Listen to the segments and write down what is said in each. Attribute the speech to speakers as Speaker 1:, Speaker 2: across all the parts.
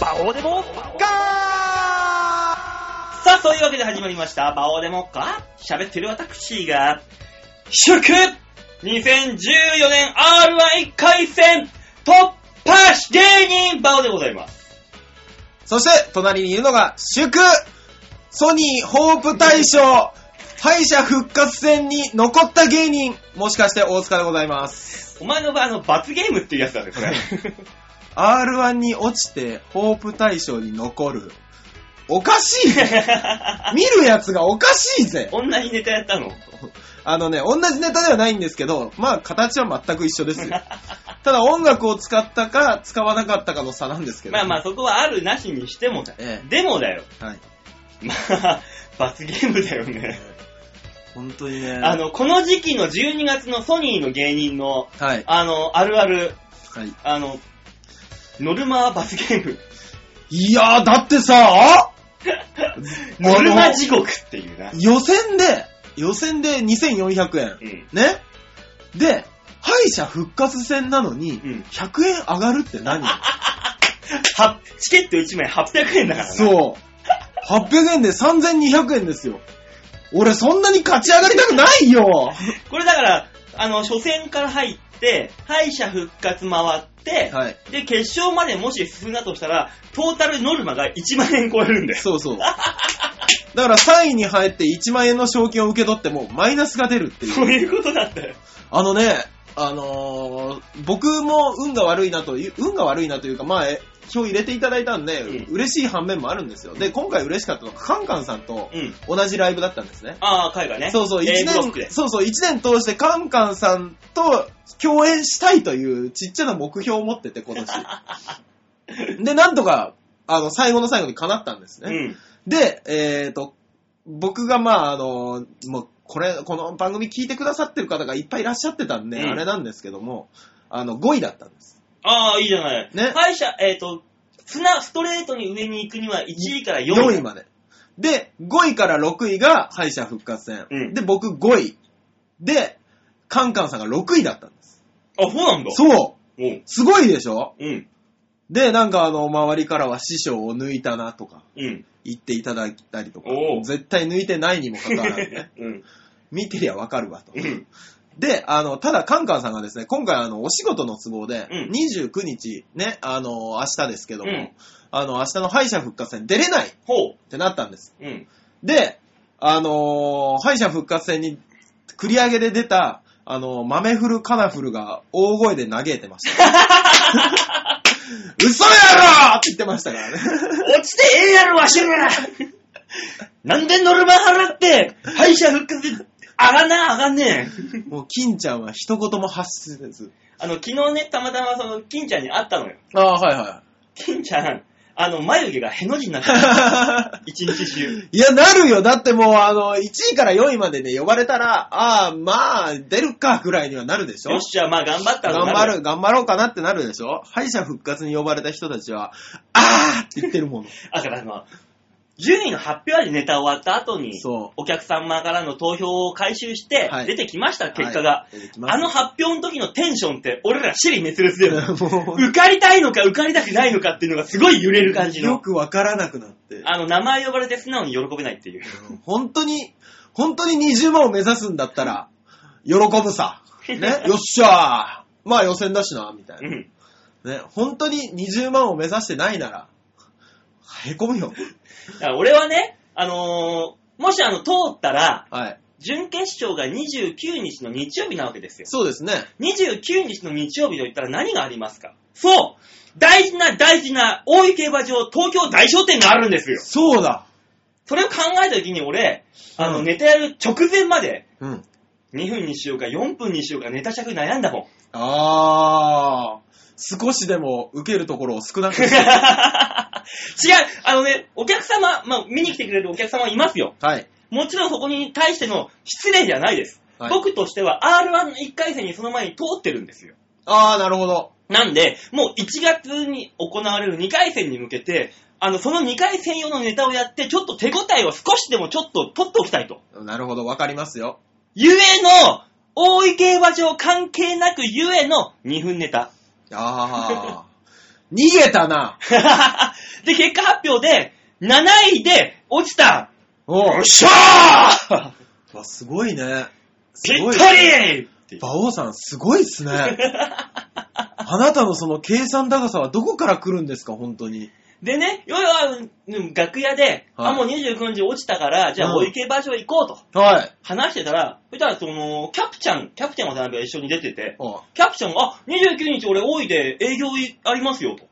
Speaker 1: バオデモガーさあ、そういうわけで始まりました。バオデモか喋ってる私が、祝 !2014 年 R11 回戦突破し芸人バオでございます。
Speaker 2: そして、隣にいるのが、祝ソニーホープ大賞敗者復活戦に残った芸人、もしかして大塚でございます。
Speaker 1: お前の場合、あの、罰ゲームっていうやつだね、これ。
Speaker 2: R1 に落ちて、ホープ大賞に残る。おかしいね見るやつがおかしいぜ
Speaker 1: 同じネタやったの
Speaker 2: あのね、同じネタではないんですけど、まあ形は全く一緒です よ。ただ音楽を使ったか、使わなかったかの差なんですけど。
Speaker 1: まあまあ、そこはあるなしにしてもだ。
Speaker 2: え
Speaker 1: でもだよ。
Speaker 2: え。はい。
Speaker 1: まあ、罰ゲームだよね。
Speaker 2: 本当にね。
Speaker 1: あ、の、この時期の12月のソニーの芸人の、
Speaker 2: はい。
Speaker 1: あの、あるある、
Speaker 2: はい。
Speaker 1: あの、ノルマ罰ゲーム、
Speaker 2: いやー、だってさ、
Speaker 1: ノルマ地獄っていうな。
Speaker 2: 予選で、予選で2400円。
Speaker 1: うん。
Speaker 2: ねで、敗者復活戦なのに、
Speaker 1: うん
Speaker 2: 100円上がるって何
Speaker 1: はチケット1枚800円だからな。う。
Speaker 2: そう。800円で3200円ですよ。俺そんなに勝ち上がりたくないよ
Speaker 1: これだから、あの、初戦から入って、敗者復活回って、
Speaker 2: はい。
Speaker 1: で、決勝までもし進んだとしたら、トータルノルマが1万円超えるんだよ。
Speaker 2: そうそう。だから3位に入って1万円の賞金を受け取ってもマイナスが出るっていう。
Speaker 1: そういうことだったよ。
Speaker 2: あのね、あのー僕も運が悪いなという、運が悪いなというか、まあ、え票入れていただいたんで、
Speaker 1: う
Speaker 2: 嬉しい反面もあるんですよ。で、今回嬉しかったのが、カンカンさんと
Speaker 1: うん。
Speaker 2: 同じライブだったんですね。
Speaker 1: ああ、海外ね。
Speaker 2: そうそう、一
Speaker 1: A ブロックで
Speaker 2: 年、。そうそう、一年通してカンカンさんと共演したいというちっちゃな目標を持ってて、今 年。で、なんとか、あの、最後の最後に叶ったんですね。
Speaker 1: うん。
Speaker 2: で、えっ、と、僕がまああの、もう、これ、この番組聞いてくださってる方がいっぱいいらっしゃってたんで、
Speaker 1: うん
Speaker 2: あれなんですけども、あの、5位だったんです。
Speaker 1: ああ、いいじゃない。
Speaker 2: ね
Speaker 1: 敗者、えっ、と、スナ、ストレートに上に行くには1位から4位。
Speaker 2: 4位まで。で、5位から6位が敗者復活戦。
Speaker 1: うん
Speaker 2: で、僕5位。で、カンカンさんが6位だったんです。
Speaker 1: あ、そうなんだ。
Speaker 2: そう
Speaker 1: う。ん。
Speaker 2: すごいでしょ
Speaker 1: うん。
Speaker 2: で、なんかあの、周りからは師匠を抜いたなとか
Speaker 1: うん。
Speaker 2: 言っていただいたりとか
Speaker 1: おう、、
Speaker 2: 絶対抜いてないにもかかわらずね
Speaker 1: うん。
Speaker 2: 見てりゃわかるわと。
Speaker 1: うん。
Speaker 2: で、あの、ただ、カンカンさんがですね、今回、あの、お仕事の都合で、
Speaker 1: うん
Speaker 2: 29日、ね、あの、明日ですけども、
Speaker 1: うん
Speaker 2: あの、明日の敗者復活戦出れないっ
Speaker 1: ほ
Speaker 2: てなったんです。
Speaker 1: う。うん。
Speaker 2: で、あの敗者復活戦に繰り上げで出た、あの豆フルカナフルが大声で嘆いて ました。嘘やろって言ってましたか らね。
Speaker 1: 落ちてええやろ、わしらなんでノルマ払って、敗者復活で、あがんな、あがんねえ。
Speaker 2: もう、金ちゃんは一言も発せず。
Speaker 1: あの、昨日ね、たまたまその、金ちゃんに会ったのよ。
Speaker 2: ああ、はいは
Speaker 1: 金ちゃん、あの、眉毛がへの字になって た。
Speaker 2: い。
Speaker 1: 一日中。
Speaker 2: いや、なるよ。だってもう、あの、1位から4位までね、呼ばれたら、ああ、まあ、出るか、ぐらいにはなるでしょ
Speaker 1: よっしゃ、まあ頑張った
Speaker 2: 頑
Speaker 1: の
Speaker 2: 張る、頑張ろうかなってなるでしょ敗者復活に呼ばれた人たちは、あーって言ってるもの。
Speaker 1: だからあの、順位の発表でネタ終わった後に、
Speaker 2: そ
Speaker 1: お客様からの投票を回収して
Speaker 2: は、い
Speaker 1: 出てきました、
Speaker 2: う。
Speaker 1: 結果が。
Speaker 2: はい。出てき
Speaker 1: あ
Speaker 2: ます
Speaker 1: の発表の時のテンションって、俺ら尻滅裂だ よね。
Speaker 2: も
Speaker 1: 受かりたいのか受かりたくないのかっていうのがすごい揺れる感
Speaker 2: う、
Speaker 1: じ
Speaker 2: よ
Speaker 1: の。
Speaker 2: くわからなくなって。
Speaker 1: あの、名前呼ばれて素直に喜べないっていう。
Speaker 2: 本当に、本当に20万を目指すんだったら、喜ぶさ。 ね、よっしゃー。まあ予選だしな、みたいうな。
Speaker 1: ん。
Speaker 2: ね、本当に20万を目指してないなら、へこむよ。
Speaker 1: だから俺はね、あのーもしあの、通ったら、
Speaker 2: はい。
Speaker 1: 準決勝が29日の日曜日なわけですよ。
Speaker 2: そうですね。
Speaker 1: 29日の日曜日と言ったら何がありますかそう大事な大事な大井競馬場東京大商店があるんですよ。
Speaker 2: そうだ。
Speaker 1: そ
Speaker 2: そ
Speaker 1: れを考えた時に俺、あ
Speaker 2: う
Speaker 1: の、
Speaker 2: ん
Speaker 1: ネタやる直前まで、
Speaker 2: うん。
Speaker 1: 2分にしようか4分にしようかネタ尺悩んだもん。
Speaker 2: あー、少しでも受けるところを少な く
Speaker 1: 違う
Speaker 2: し、
Speaker 1: あのね、お客様、まあ、見に来てくれるお客様いますよ。
Speaker 2: はい。
Speaker 1: もちろんそこに対しての失礼ではないです。
Speaker 2: はい
Speaker 1: 僕としては R1 の1回戦にその前に通ってるんですよ。
Speaker 2: あー、なるほど。
Speaker 1: なんで、もう1月に行われる2回戦に向けて、あの、その2回戦用のネタをやって、ちょっと手応えを少しでもちょっと取っておきたいと。
Speaker 2: なるほど、わかりますよ。
Speaker 1: ゆえの、大井競馬場関係なくゆえの2分ネタ。
Speaker 2: あー。逃げたな。
Speaker 1: で、結果発表で、7位で落ちた。
Speaker 2: お
Speaker 1: よ
Speaker 2: う
Speaker 1: っしゃー
Speaker 2: わ、すごいね。す
Speaker 1: ぴっ
Speaker 2: ごい
Speaker 1: たりっていう
Speaker 2: 馬王さん、すごいっす ね。あなたのその計算高さはどこから来るんですか、本当に。
Speaker 1: でね、よいよ、うん楽屋で、
Speaker 2: はい
Speaker 1: あ、もう29日落ちたから、じゃあ、
Speaker 2: うん
Speaker 1: お池場所行こうと
Speaker 2: はい。
Speaker 1: 話してたら、そしたら、その、キャプチャン、キャプテン渡辺が一緒に出てて、
Speaker 2: お
Speaker 1: キャプチャンが、あ、29日俺多いで営業いありますよと。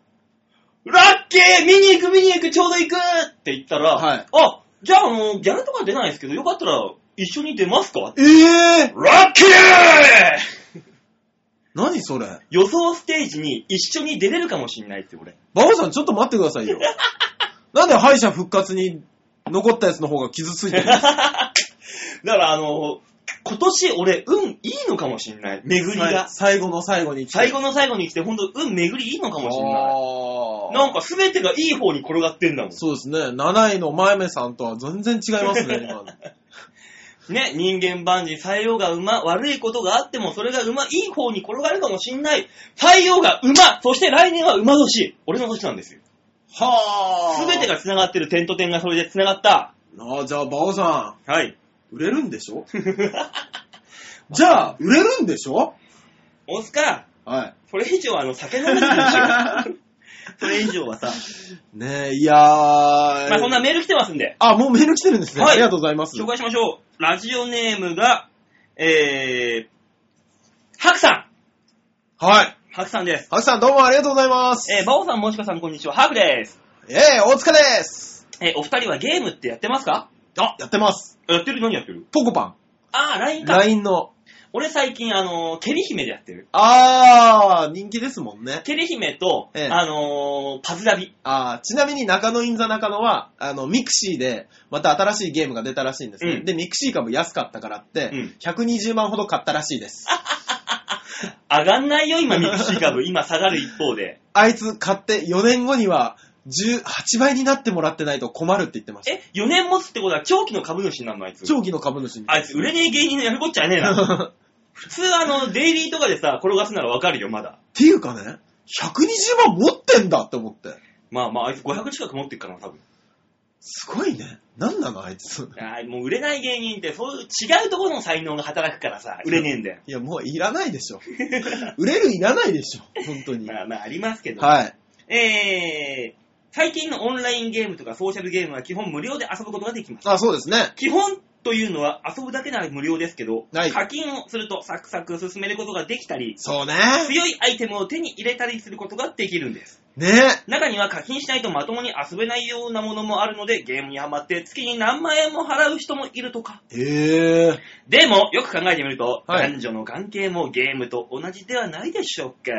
Speaker 1: ラッキー見に行く見に行くちょうど行くって言ったら、
Speaker 2: はい
Speaker 1: あ、じゃああの、ギャラとか出ないですけど、よかったら一緒に出ますか
Speaker 2: ええー、
Speaker 1: ラッキー
Speaker 2: 何それ
Speaker 1: 予想ステージに一緒に出れるかもしんないって俺。
Speaker 2: 馬王さん、ちょっと待ってくだ さいよ。なんで敗者復活に残ったやつの方が傷ついてる んですか
Speaker 1: だからあの、今年俺運いいのかもしんない。巡りが。
Speaker 2: はい最後の最後に来て
Speaker 1: 最後の最後に来てほんと運巡りいいのかもしんない。
Speaker 2: あー
Speaker 1: なんか全てがいい方に転がってんだもん。
Speaker 2: そうですね。7位の前目さんとは全然違います ね、今の。
Speaker 1: ね、人間万事、採用が馬、悪いことがあっても、それが馬、いい方に転がるかもしんない。採用が馬、そして来年は馬年。俺の年なんですよ。
Speaker 2: は
Speaker 1: すべて
Speaker 2: が。
Speaker 1: が繋がってる点と点がそれで繋がった。
Speaker 2: あーじゃあ、馬王さ
Speaker 1: はい。
Speaker 2: ん、売れるんでしょじゃあ、売れるんでしょ
Speaker 1: 大塚、
Speaker 2: はい。
Speaker 1: それ以上はあの、酒飲ん でるでしょ。それ以上はさ。
Speaker 2: ねえ、いやー。
Speaker 1: まあ、そんなメール来てますんで、
Speaker 2: あ、もうメール来てるんですね。
Speaker 1: はい
Speaker 2: ありがとうございます。
Speaker 1: 紹介しましょう。ラジオネームが、えー、ハクさ
Speaker 2: はい。
Speaker 1: ん。ハクさんです。
Speaker 2: ハクさん、どうもありがとうございます。
Speaker 1: えー、バオさん、もしかさん、こんにちは。ハクです。
Speaker 2: ええ大塚です。
Speaker 1: えー、お二人はゲームってやってますか
Speaker 2: あ、やってます。
Speaker 1: やってる何やってる
Speaker 2: ポコパ
Speaker 1: あー、LINE
Speaker 2: ン。
Speaker 1: か。
Speaker 2: LINE の。
Speaker 1: 俺最近、あのー、ケリ姫でやってる。
Speaker 2: あー、人気ですもんね。
Speaker 1: ケリ姫と、
Speaker 2: ええ
Speaker 1: あのー、パズラビ。
Speaker 2: あーちなみに中野インザ中野は、あの、ミクシーで、また新しいゲームが出たらしいんですね。
Speaker 1: うん
Speaker 2: で、ミクシー株安かったからって、
Speaker 1: うん
Speaker 2: 120万ほど買ったらしいです。
Speaker 1: 上がんないよ、今、ミクシー 株。今、下がる一方で。
Speaker 2: あいつ買って4年後には、18倍になってもらってないと困るって言ってました。
Speaker 1: え、4年持つってことは長期の株主になるの、あいつ。
Speaker 2: 長期の株主に。
Speaker 1: あいつ、売れねえ芸人のやるこっちゃねえな。
Speaker 2: っ
Speaker 1: 普通、あの、デイリーとかでさ、転がすならわかるよ、まだ。
Speaker 2: ていうかね、120万持ってんだって思って。
Speaker 1: まあまあ、あいつ500近く持ってっからな、多分。
Speaker 2: すごいね。なんなのあいつ。
Speaker 1: あーもう売れない芸人って、そういう違うところの才能が働くからさ、売れねえんだよ。
Speaker 2: いや、もういらないでしょ。売れるいらないでしょ。本当に。
Speaker 1: まあまあ、ありますけど。
Speaker 2: はい。
Speaker 1: えー、最近のオンラインゲームとかソーシャルゲームは基本無料で遊ぶことができます。
Speaker 2: あ、そうですね。
Speaker 1: 基本というのは遊ぶだけなら無料ですけど、
Speaker 2: はい
Speaker 1: 課金をするとサクサク進めることができたり、
Speaker 2: そうね。
Speaker 1: 強いアイテムを手に入れたりすることができるんです。
Speaker 2: ね
Speaker 1: 中には課金しないとまともに遊べないようなものもあるので、ゲームにハマって月に何万円も払う人もいるとか。
Speaker 2: ええ
Speaker 1: でも、よく考えてみると、
Speaker 2: はい
Speaker 1: 男女の関係もゲームと同じではないでしょうか。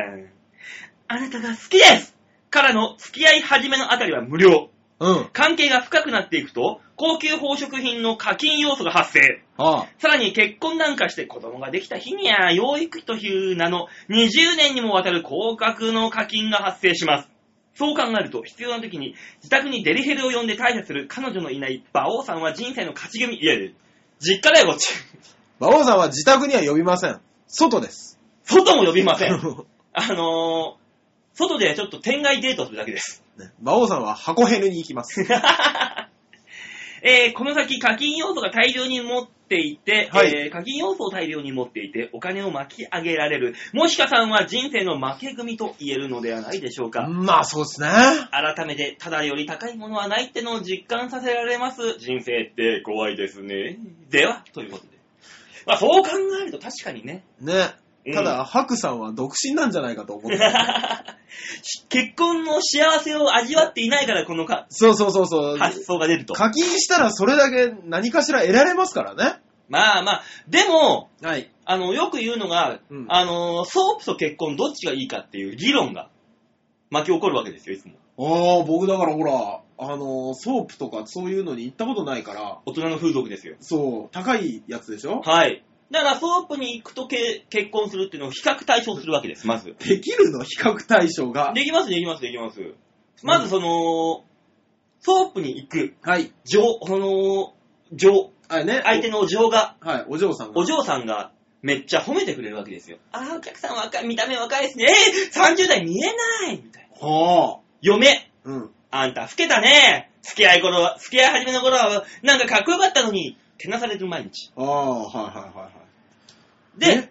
Speaker 1: あなたが好きですからの付き合い始めのあたりは無料。
Speaker 2: うん。
Speaker 1: 関係が深くなっていくと、高級宝飾品の課金要素が発生。
Speaker 2: ああ。
Speaker 1: さらに結婚なんかして子供ができた日にや養育費という名の20年にもわたる高額の課金が発生します。そう考えると必要な時に自宅にデリヘルを呼んで退社する彼女のいない馬王さんは人生の勝ち組。いやいや、実家だよこっち。
Speaker 2: 馬王さんは自宅には呼びません。外です。
Speaker 1: 外も呼びません。
Speaker 2: ね
Speaker 1: あのー、外でちょっと天外デートするだけです。
Speaker 2: 馬王さんは箱ヘルに行き ます。
Speaker 1: えーこの先課金要素が大量に持っていて、
Speaker 2: はい
Speaker 1: えー課金要素を大量に持っていて、お金を巻き上げられる。もしかさんは人生の負け組と言えるのではないでしょうか。
Speaker 2: まあそうですね。
Speaker 1: 改めて、ただより高いものはないってのを実感させられます。人生って怖いですね。では、ということで。まあ、そう考えると確かにね。
Speaker 2: ね。
Speaker 1: うん
Speaker 2: ただ、白さんは独身なんじゃないかと思って。
Speaker 1: 結婚の幸せを味わっていないから、このか
Speaker 2: そうそうそうそう。
Speaker 1: 発想が出ると。
Speaker 2: 課金したらそれだけ何かしら得られますからね。
Speaker 1: まあまあ、でも、
Speaker 2: はい。
Speaker 1: あの、よく言うのが、
Speaker 2: うん
Speaker 1: あの、ソープと結婚どっちがいいかっていう議論が巻き起こるわけですよ、いつも。
Speaker 2: ああ、僕だからほら、あのー、ソープとかそういうのに行ったことないから、
Speaker 1: 大人の風俗ですよ。
Speaker 2: そう、高いやつでしょ
Speaker 1: はい。だから、ソープに行くとけ結婚するっていうのを比較対象するわけです、まず。
Speaker 2: できるの比較対象が。
Speaker 1: できます、できます、できます。まず、その、ソープに行く、
Speaker 2: はい。
Speaker 1: 情、その、情、
Speaker 2: あれね。
Speaker 1: 相手の情が、
Speaker 2: おはい、お嬢さんが。
Speaker 1: お嬢さんが、めっちゃ褒めてくれるわけですよ。あー、お客さん若い、見た目若いですね。えー、30代見えないみたいな。
Speaker 2: はあ。
Speaker 1: 嫁、
Speaker 2: うん。
Speaker 1: あんた、老けたね。付き合い頃は、付き合い始めの頃は、なんかかっこよかったのに、けなされる毎日。
Speaker 2: ああ、はいはいは
Speaker 1: で、
Speaker 2: いはい。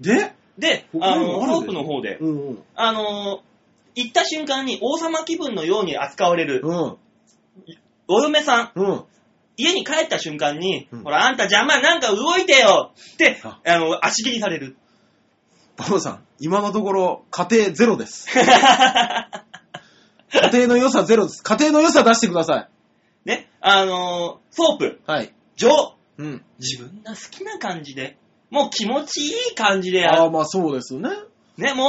Speaker 2: で、
Speaker 1: で、
Speaker 2: 他
Speaker 1: あ
Speaker 2: にも
Speaker 1: の、
Speaker 2: ある
Speaker 1: ソー
Speaker 2: んで
Speaker 1: プ
Speaker 2: しょ
Speaker 1: の方で、
Speaker 2: うんうん。
Speaker 1: あの、行った瞬間に王様気分のように扱われる、
Speaker 2: うん。
Speaker 1: お嫁さん、
Speaker 2: うん。
Speaker 1: 家に帰った瞬間に、
Speaker 2: うん
Speaker 1: ほら、あんた邪魔、なんか動いてよって、
Speaker 2: あ
Speaker 1: あの、足切りされる。
Speaker 2: バオさん、今のところ、家庭ゼロです。家庭の良さゼロです。家庭の良さ出してください。
Speaker 1: ね、あの、ソープ、
Speaker 2: はい。
Speaker 1: 上、
Speaker 2: うん。
Speaker 1: 自分が好きな感じで、もう気持ちいい感じでや
Speaker 2: あ
Speaker 1: る。
Speaker 2: あ、まあそうですよね。
Speaker 1: ね、もう、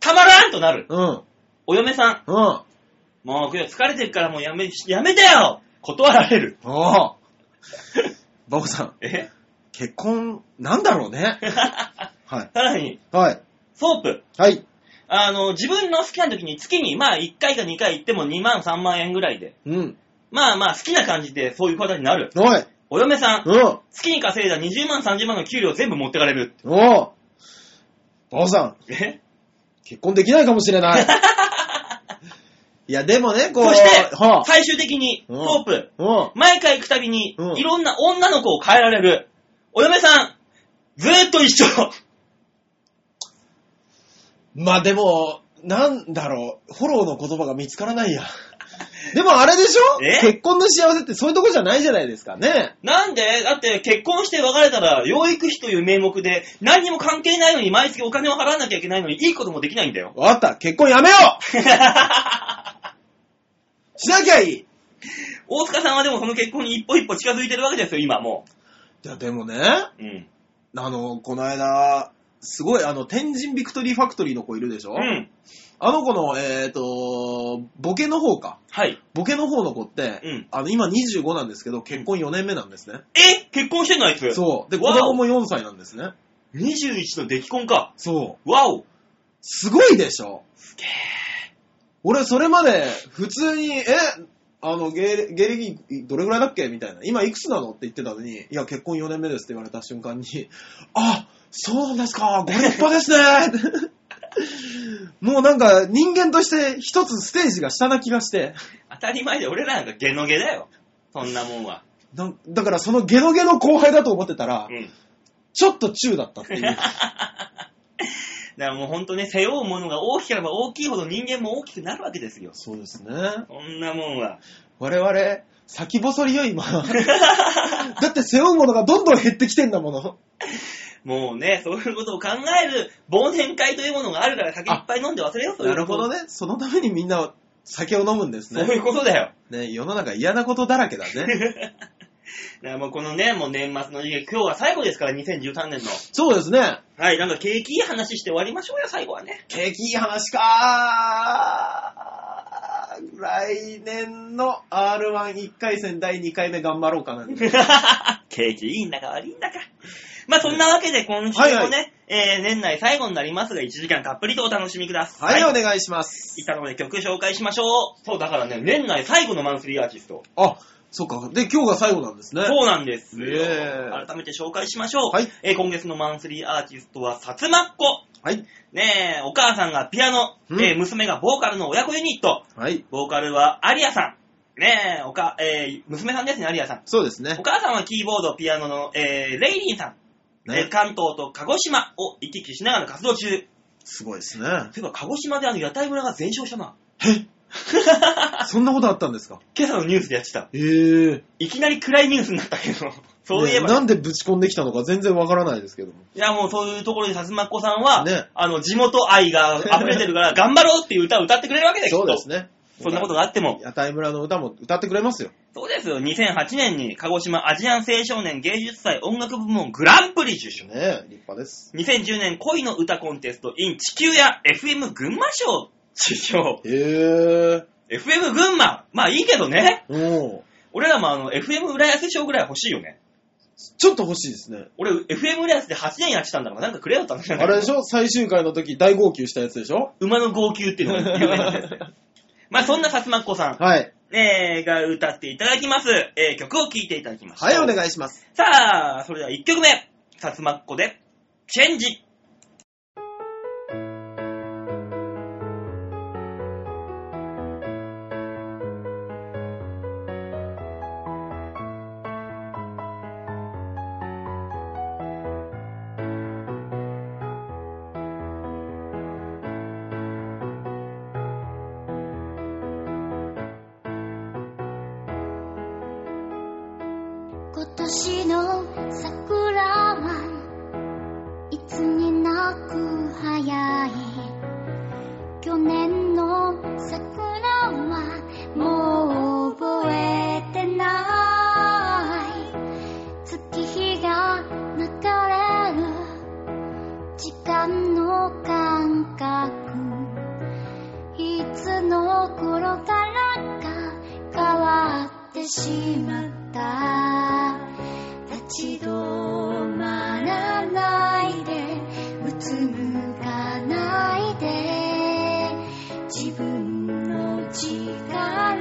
Speaker 1: たまらんとなる。
Speaker 2: うん。
Speaker 1: お嫁さん、
Speaker 2: うん。あ
Speaker 1: もう今日疲れてるからもうやめ、やめてよ断られる。
Speaker 2: あ。バオさん、
Speaker 1: え
Speaker 2: 結婚、なんだろうね。はい。
Speaker 1: さらに、
Speaker 2: はい。
Speaker 1: ソープ、
Speaker 2: はい。
Speaker 1: あの、自分の好きな時に月にまあ1回か2回行っても2万3万円ぐらいで、
Speaker 2: うん。
Speaker 1: まあまあ好きな感じでそういう方になる。
Speaker 2: おい。
Speaker 1: お嫁さん、
Speaker 2: うん。
Speaker 1: 月に稼いだ20万30万の給料全部持ってかれる。
Speaker 2: おう。バオさん、
Speaker 1: え
Speaker 2: 結婚できないかもしれない。 いや、でもね、こう。
Speaker 1: そして
Speaker 2: はあ、
Speaker 1: 最終的に、
Speaker 2: うん
Speaker 1: ソープ、
Speaker 2: うん。
Speaker 1: 毎回行くたびに
Speaker 2: うん、
Speaker 1: いろんな女の子を変えられる。お嫁さん、ずーっと一緒。
Speaker 2: まあでも、なんだろう、フォローの言葉が見つからないや。 でもあれでしょ
Speaker 1: え
Speaker 2: 結婚の幸せってそういうとこじゃないじゃないですかね。
Speaker 1: なんでだって結婚して別れたら養育費という名目で何にも関係ないのに毎月お金を払わなきゃいけないのにいいこともできないんだよ。
Speaker 2: わかった、結婚やめようしなきゃいい
Speaker 1: 大塚さんはでもその結婚に一歩一歩近づいてるわけですよ、今も
Speaker 2: いや、でもね、
Speaker 1: う。うん。
Speaker 2: あの、この間、すごい、あの、天神ビクトリーファクトリーの子いるでしょ、
Speaker 1: うん。
Speaker 2: あの子の、えっ、と、ボケの方か。
Speaker 1: はい。
Speaker 2: ボケの方の子って、
Speaker 1: うん
Speaker 2: あの、今25なんですけど、結婚4年目なんですね。
Speaker 1: え結婚してんのあいつ
Speaker 2: そう。で、子
Speaker 1: わお
Speaker 2: 供も4歳なんですね。
Speaker 1: 21の出来婚か。
Speaker 2: そう。
Speaker 1: わお。
Speaker 2: すごいでしょすげえ。俺、それまで、普通に、え、あの、芸芸歴、どれぐらいだっけみたいな。今、いくつなのって言ってたのに、いや、結婚4年目ですって言われた瞬間に、あ、そうなんですか、ご立派です ね。もうなんか、人間として一つステージが下な気がして。
Speaker 1: 当たり前で俺らなんかゲノゲだよ。そんなもんは。
Speaker 2: なんだから、そのゲノゲの後輩だと思ってたら
Speaker 1: う、ん。
Speaker 2: ちょっと中だっ たっていう。
Speaker 1: だからもうほんとね、背負うものが大きければ大きいほど人間も大きくなるわけですよ。
Speaker 2: そうですね。
Speaker 1: そんなもんは。
Speaker 2: 我々、先細りよ、 今。だって背負うものがどんどん減ってきてんだもの。
Speaker 1: もうね、そういうことを考える忘年会というものがあるから酒いっぱい飲んで忘れようそういう
Speaker 2: なるほど
Speaker 1: ね。
Speaker 2: ね。そのためにみんな酒を飲むんです
Speaker 1: そう
Speaker 2: ね。
Speaker 1: いうことだよ。
Speaker 2: ね世の中嫌なことだらけだね。
Speaker 1: だからもうこのね、もう年末の時期、今日は最後ですから、2013年の。
Speaker 2: そうですね。
Speaker 1: はい、なんか景気いい話して終わりましょうよ、最後はね。
Speaker 2: 景気いい話か来年の R11 回戦第2回目頑張ろうかな。
Speaker 1: 景気いいんだか悪いんだか。まあそんなわけで今週もね、
Speaker 2: はいは
Speaker 1: えー年内最後になりますが、1時間たっぷりとお楽しみくださ。
Speaker 2: はいい、お
Speaker 1: い。
Speaker 2: 願いします。
Speaker 1: ったので曲紹介しましょう。そう、だからね、年内最後のマンスリーアーティスト。
Speaker 2: あ、そっか。で、今日が最後なんですね。
Speaker 1: そうなんですよ
Speaker 2: ねえ
Speaker 1: 改めて紹介しましょう。
Speaker 2: はい
Speaker 1: えー今月のマンスリーアーティストは、さつまっこ。
Speaker 2: はい。
Speaker 1: ねえ、お母さんがピアノ、
Speaker 2: うん
Speaker 1: えー娘がボーカルの親子ユニット。
Speaker 2: はい。
Speaker 1: ボーカルはアリアさん。ねえ、おか、えー娘さんですね、アリアさん。
Speaker 2: そうです
Speaker 1: お
Speaker 2: ね。
Speaker 1: 母さんはキーボード、ピアノの、えーレイリンさん。
Speaker 2: ね
Speaker 1: えー関東と鹿児島を行き来しながら活動中。そうい
Speaker 2: すごいですね。
Speaker 1: えば、鹿児島であの屋台村が全焼したな。
Speaker 2: そんなことあったんですか
Speaker 1: 今朝のニュースでやってた。
Speaker 2: ええー。
Speaker 1: いきなり暗いニュースになったけど。そういえば、
Speaker 2: ねなんでぶち込んできたのか全然わからないですけども。
Speaker 1: いやもうそういうところでさつまっこさんは、
Speaker 2: ね
Speaker 1: あの、地元愛が溢れてる から、頑張ろうっていう歌を歌ってくれるわけです
Speaker 2: そうですね。
Speaker 1: そんなことがあっても。
Speaker 2: 屋台村の歌も歌ってくれますよ。
Speaker 1: そうですよ。2008年に鹿児島アジアン青少年芸術祭音楽部門グランプリ受賞。
Speaker 2: ねえ、立派です。
Speaker 1: 2010年恋の歌コンテスト in 地球や FM 群馬賞受賞。
Speaker 2: へえ。
Speaker 1: FM 群馬まあいいけどね。
Speaker 2: うん。
Speaker 1: 俺らもあの FM 浦安賞ぐらい欲しいよね。
Speaker 2: ちょっと欲しいですね。
Speaker 1: 俺 FM 浦安で8年やってたんだからなんかくれよって話なんだけ
Speaker 2: あ
Speaker 1: ど
Speaker 2: れでしょ最終回の時大号泣したやつでしょ
Speaker 1: 馬の号泣っていうのが有名なんですよ。まあそんなさつまっこさん、
Speaker 2: はい。
Speaker 1: えー、が歌っていただきます、えー、曲を聴いていただきましょう。
Speaker 2: はい、お願いします。
Speaker 1: さあ、それでは1曲目、さつまっこで、チェンジ。
Speaker 3: 「私の桜はいつになく早い去年の桜はもう覚えてない月日が流れる時間の感覚いつの頃からか変わってしまった立ち止まらないでうつむかないで自分の力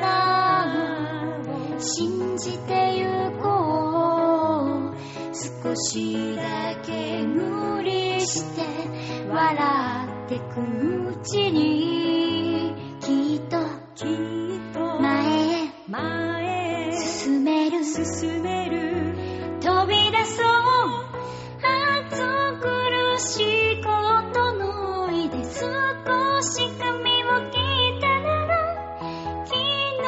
Speaker 3: を信じてゆこう少しだけ無理して笑ってくうちにきっときっと前へ前へ進める進める飛び出そう暑苦しいことのいで少し髪を切ったなら昨日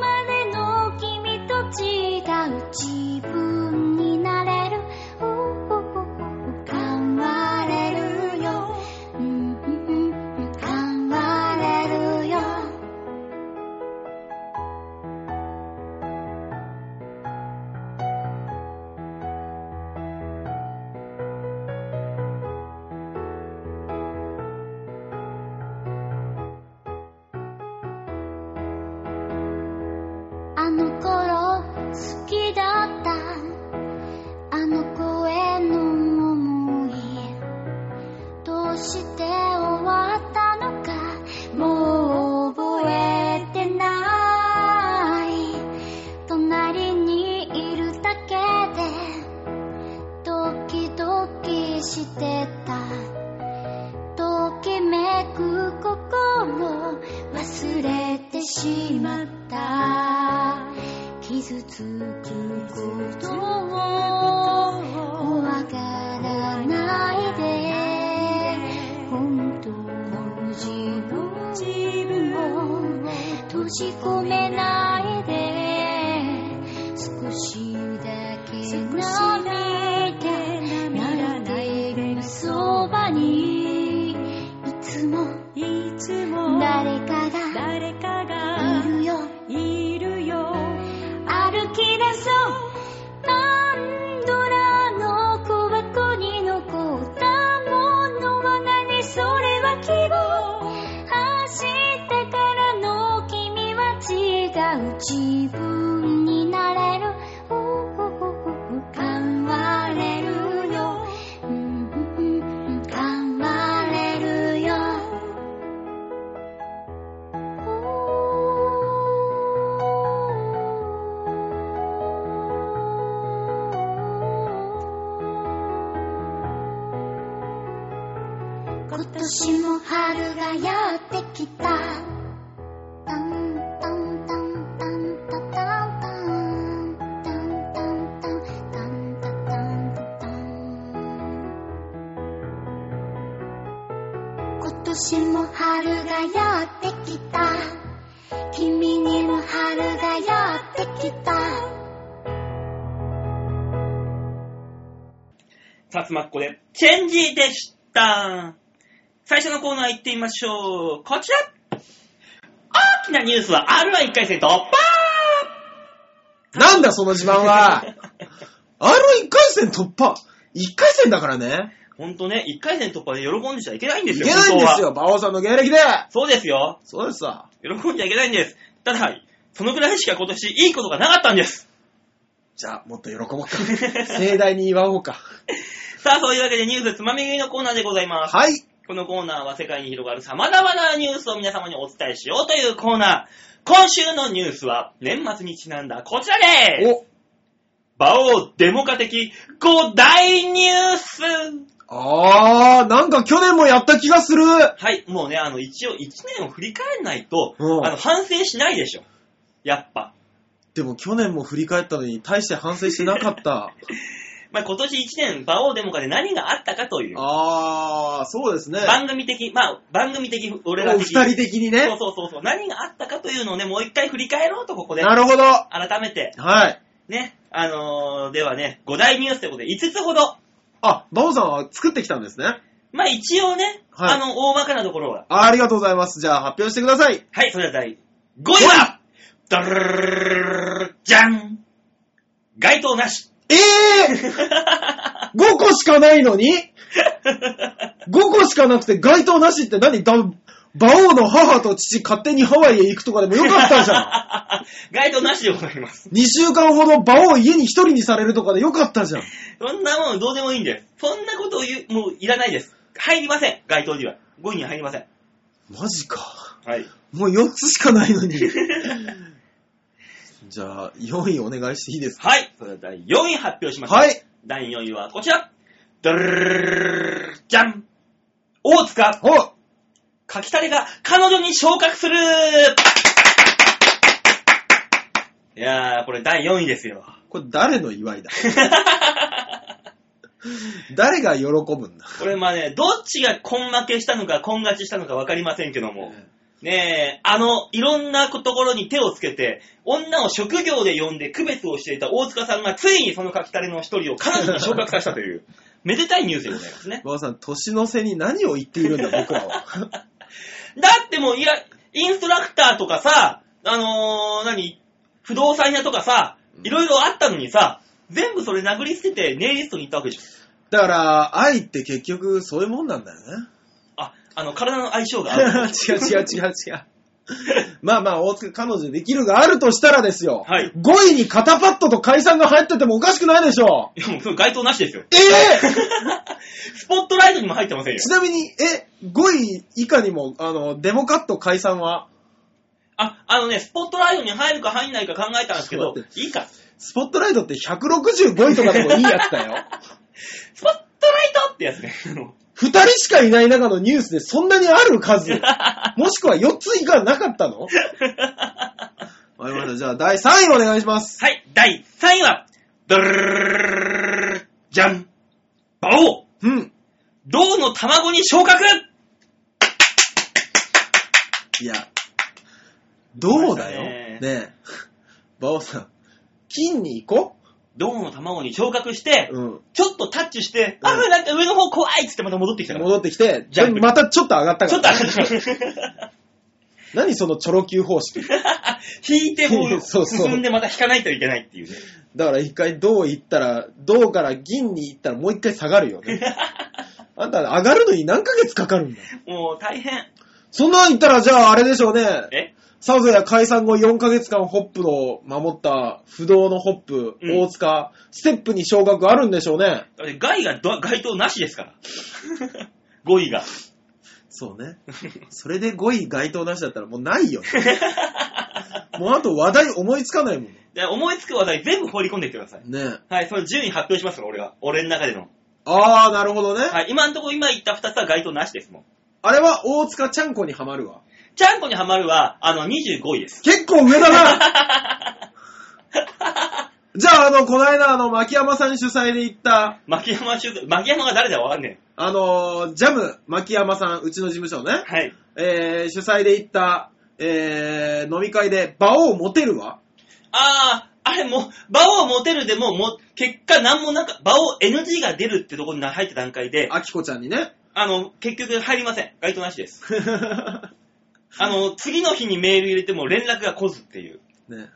Speaker 3: までの君と違う自分になれるおおおお変われるようんうんうん変われるよあの頃好きだったあの子への思いどうして終わったのかもう覚えてない隣にいるだけでドキドキしてたときめく心忘れてしまった傷つくことを怖がらないで本当の自分を閉じ込めないで少しだけ涙なれているそばにいつも
Speaker 4: いつも
Speaker 3: 誰かが
Speaker 4: 誰かが
Speaker 3: いるよ
Speaker 4: いるよ
Speaker 3: 歩き出そうパンドラの小箱に残ったものは何それは希望明日からの君は違う自分になれるおおおお変われるようんうんうん変われるよ今年も春がやってきたタンタンタンタンタタンタンタンタンタンタンタタンタタン今年も春がやってきた君にも春がやってきた
Speaker 1: さつまっこで、チェンジでした。最初のコーナー行ってみましょう。こちら大きなニュースは R11 回戦突破
Speaker 2: なんだその自慢は !R1 回戦突破 !1 回戦だからね。
Speaker 1: ほんとね、1回戦突破で喜んでちゃいけないんで
Speaker 2: い
Speaker 1: す
Speaker 2: け
Speaker 1: よ、
Speaker 2: ないんです
Speaker 1: 本当は。
Speaker 2: よ、馬王さんの芸歴で
Speaker 1: そうですよ。
Speaker 2: そうですさ。
Speaker 1: 喜んじゃいけないんです。ただ、そのくらいしか今年いいことがなかったんです。
Speaker 2: じゃあ、もっと喜ぼうか。盛大に祝おうか。
Speaker 1: さあ、そういうわけでニュースつまみ食いのコーナーでございます。
Speaker 2: はい。
Speaker 1: このコーナーは世界に広がる様々なニュースを皆様にお伝えしようというコーナー。今週のニュースは年末にちなんだこちらです。
Speaker 2: お
Speaker 1: 馬王デモカ的5大ニュース
Speaker 2: あー、なんか去年もやった気がする
Speaker 1: はい、もうね、あの、一応1年を振り返らないと、
Speaker 2: うん
Speaker 1: あの、反省しないでしょ。やっぱ。
Speaker 2: でも去年も振り返ったのに、大して反省してなか った。
Speaker 1: まあ、今年1年、馬王デモカで何があったかという、
Speaker 2: あー、そうですね。
Speaker 1: 番組的、まあ、番組的、俺ら
Speaker 2: お二
Speaker 1: 的。
Speaker 2: 人的に
Speaker 1: そう
Speaker 2: ね。
Speaker 1: そうそうそう、何があったかというのをね、もう一回振り返ろうと、ここで。
Speaker 2: なるほど。
Speaker 1: 改めて、
Speaker 2: はい。
Speaker 1: ね、あのーではね、5大ニュースということで5つほど、
Speaker 2: あ、バオさんは作ってきたんですね。
Speaker 1: まあ一応ね、
Speaker 2: はい
Speaker 1: あの、大まかなところは。
Speaker 2: あありがとうございます。じゃあ発表してください。
Speaker 1: はい、それでは第5位は、ドルルルルルルルじゃん該当なし。
Speaker 2: え えー、!5 個しかないのに ?5 個しかなくて該当なしって何だ、馬王の母と父勝手にハワイへ行くとかでもよかった じゃん。
Speaker 1: 該当なしでございます。
Speaker 2: 2週間ほど馬王家に一人にされるとかでよかったじゃん。
Speaker 1: そんなもんどうでもいいんです。そんなことを言う、もういらないです。入りません、該当には。5位には入りません。
Speaker 2: マジか。
Speaker 1: はい。
Speaker 2: もう4つしかない のに。じゃあ、4位お願いしていいですか
Speaker 1: はい、それでは第4位発表しましょう。
Speaker 2: はい。
Speaker 1: 第4位はこちら。ドルルルルルルじゃん大塚、
Speaker 2: お
Speaker 1: かきたれが彼女に昇格するいやー、これ第4位ですよ。
Speaker 2: これ誰の祝いだ誰が喜ぶ んだ
Speaker 1: これまあね、どっちが根負けしたのか、根勝ちしたのか分かりませんけども、ねえ、あの、いろんなところに手をつけて、女を職業で呼んで区別をしていた大塚さんが、ついにその書きたれの一人を彼女に昇格させたという、めでたいニュースでございますね。
Speaker 2: 馬王さん、年の瀬に何を言っているんだ、僕らは。
Speaker 1: だってもう、いや、インストラクターとかさ、あのー、何、不動産屋とかさ、いろいろあったのにさ、全部それ殴り捨ててネイリストに行ったわけじゃん。
Speaker 2: だから、愛って結局そういうもんなんだよね。
Speaker 1: あ、あの、体の相性が合う。
Speaker 2: 違う違う違う違う。まあまあ、大塚彼女できるがあるとしたらですよ。
Speaker 1: はい
Speaker 2: 5位に肩パッドと解散が入っててもおかしくないでしょ
Speaker 1: いや、もうそれ該当なしですよ。
Speaker 2: ええ
Speaker 1: スポットライトにも入ってませんよ
Speaker 2: ち。なみに、え、5位以下にも、あの、デモカット解散は、
Speaker 1: あ、あのね、スポットライトに入るか入んないか考えたんですけど
Speaker 2: ちょっと待、
Speaker 1: いいか。
Speaker 2: スポットライトって165位とかでもいいやつ だよ。
Speaker 1: スポットライトってやつね。
Speaker 2: 2人しかいない中のニュースでそんなにある数もしくは4つ以下なかったのわかりました。じゃあ、第3位お願いします。
Speaker 1: はい、第3位は、ドルルルルルじゃん馬王
Speaker 2: うん。
Speaker 1: 銅の卵に昇格
Speaker 2: いや、どうだよ。
Speaker 1: ね
Speaker 2: ねえ。バオさん、金に行こ
Speaker 1: 銅の卵に昇格して、
Speaker 2: う。うん。
Speaker 1: ちょっとタッチして、
Speaker 2: うん
Speaker 1: あ、なんか上の方怖いっつってまた戻ってきたから。
Speaker 2: 戻ってきて、
Speaker 1: ジャンプ
Speaker 2: またちょっと上がった
Speaker 1: ちょ
Speaker 2: か
Speaker 1: っと
Speaker 2: ら。
Speaker 1: 上がってきた
Speaker 2: 何そのチョロ Q 方式。
Speaker 1: 引いてこ
Speaker 2: そう
Speaker 1: う、
Speaker 2: そう
Speaker 1: 進んでまた引かないといけないっていうね。
Speaker 2: だから一回銅行ったら、銅から銀に行ったらもう一回下がるよね。 あんた上がるのに何ヶ月かかるんだ
Speaker 1: もう大変。
Speaker 2: そんなん言ったらじゃああれでしょうね。
Speaker 1: え
Speaker 2: サウザや解散後4ヶ月間ホップを守った不動のホップ、
Speaker 1: うん
Speaker 2: 大塚、ステップに昇格あるんでしょうね。
Speaker 1: だって害がど該当なしですから。5位が。
Speaker 2: そうね。 それで5位該当なしだったらもうな いよ。もうあと話題思いつかないもん。ね
Speaker 1: で思いつく話題全部放り込んでいってください。
Speaker 2: え。
Speaker 1: はい、その順位発表しますから、俺が。俺の中での。
Speaker 2: あー、なるほどね。
Speaker 1: はい、今んとこ今言った2つは該当なしですもん。
Speaker 2: あれは大塚ちゃんこにはまるわ。
Speaker 1: ちゃんこにはまるは、あの、25位です。
Speaker 2: 結構上だなじゃあ、あの、この間、あの、牧山さん主催で行った、
Speaker 1: 牧山修造牧山が誰だかわかんね
Speaker 2: あの、ジャム、牧山さん、うちの事務所のね
Speaker 1: え。、はい。
Speaker 2: えー、主催で行った、えー、飲み会で、馬王モテるわ。
Speaker 1: あー、あれもう、馬王モテるでも、もう、結果なんもなんか、馬王 NG が出るってところに入った段階で、
Speaker 2: あきこちゃんにね。
Speaker 1: あの、結局入りません。該当なし です。あの、次の日にメール入れても連絡が来ずっていう。
Speaker 2: ね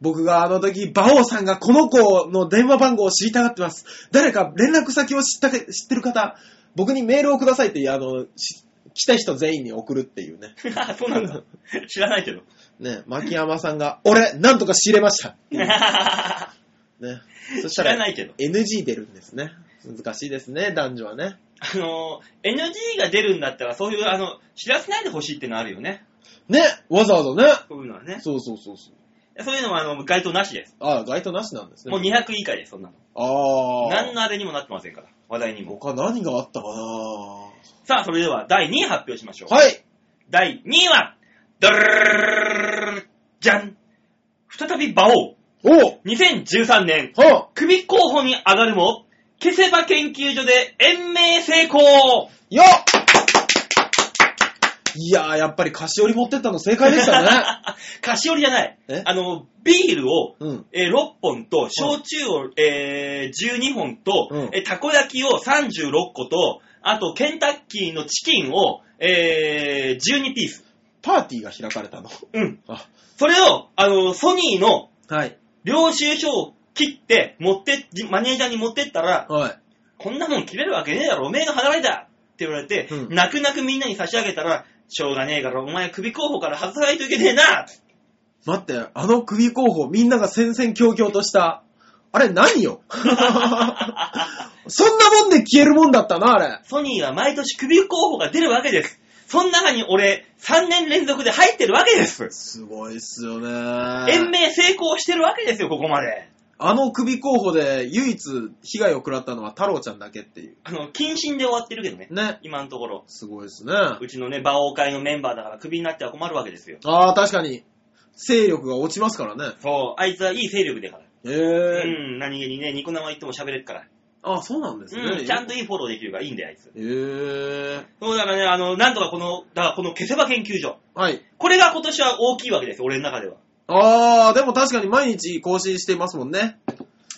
Speaker 2: 僕があの時、馬王さんがこの子の電話番号を知りたがってます。誰か連絡先を知ったけ知ってる方、僕にメールをくださいって、あの、し来た人全員に送るっていうね。
Speaker 1: あそうなんだ。知らないけど。
Speaker 2: ね、牧山さんが、俺、なんとか仕入れました。
Speaker 1: 知
Speaker 2: ね。そした
Speaker 1: ら
Speaker 2: ら
Speaker 1: な、いけど。
Speaker 2: NG 出るんですね。難しいですね、男女はね。
Speaker 1: あの、NG が出るんだったら、そういう、あの、知らせないでほしいってのあるよね。
Speaker 2: ね、わざわざね。
Speaker 1: そういうのはね。
Speaker 2: そうそうそうそう。
Speaker 1: そういうのは、あの、該当なしです。
Speaker 2: ああ、該当なしなんですね。
Speaker 1: もう200以下です、そんなの。
Speaker 2: ああ。
Speaker 1: 何のあれにもなってませんから、話題にも。
Speaker 2: 他何があったかな
Speaker 1: さあ、それでは、第2位発表しましょう。
Speaker 2: はい。
Speaker 1: 第2位は、ドルルルルルじゃん再び馬王
Speaker 2: お
Speaker 1: !2013 年、
Speaker 2: はあ
Speaker 1: 首候補に上がるも、消せば研究所で延命成功
Speaker 2: よっいやー、やっぱり菓子折り持ってったの正解でした ね。
Speaker 1: 菓子折りじゃない
Speaker 2: え。
Speaker 1: あの、ビールを、
Speaker 2: うん。
Speaker 1: えー6本と、焼酎を、えー12本と、
Speaker 2: うん
Speaker 1: えーたこ焼きを36個と、あと、ケンタッキーのチキンを、えー12ピース。
Speaker 2: パーティーが開かれたの。
Speaker 1: うん。
Speaker 2: あ、
Speaker 1: それを、あの、ソニーの
Speaker 2: はい。
Speaker 1: 領収書を切って、持って、じマネージャーに持ってったら、
Speaker 2: はい。
Speaker 1: こんなもん切れるわけねえだろ、おめえが働いたって言われて、
Speaker 2: うん
Speaker 1: 泣く泣くみんなに差し上げたら、しょうがねえから、お前首候補から外さないといけねえな
Speaker 2: 待って、あの首候補、みんなが戦々恐々とした。あれ、何よ そんなもんで消えるもんだったな、あれ。
Speaker 1: ソニーは毎年首候補が出るわけです。その中に俺、3年連続で入ってるわけです。
Speaker 2: すごいっすよね。
Speaker 1: 延命成功してるわけですよ、ここまで。
Speaker 2: あの首候補で唯一被害を食らったのは太郎ちゃんだけっていう。
Speaker 1: あの、謹慎で終わってるけどね。
Speaker 2: ね。
Speaker 1: 今のところ。
Speaker 2: すごいですね。あ
Speaker 1: うちのね、馬王会のメンバーだから首になっては困るわけですよ。
Speaker 2: あー、確かに。勢力が落ちますからね。
Speaker 1: そう、あいつはいい勢力だから。
Speaker 2: へ
Speaker 1: う
Speaker 2: え。
Speaker 1: ん、何気にね、ニコ生行っても喋れるから。
Speaker 2: あそうなんですね。
Speaker 1: うん、ちゃんといいフォローできるからいいんだよ、あいつ。
Speaker 2: へえ。
Speaker 1: そうだからね、あの、なんとかこの、だからこの消せば研究所。
Speaker 2: はい。
Speaker 1: これが今年は大きいわけですよ、俺の中では。
Speaker 2: ああ、でも確かに毎日更新していますもんね。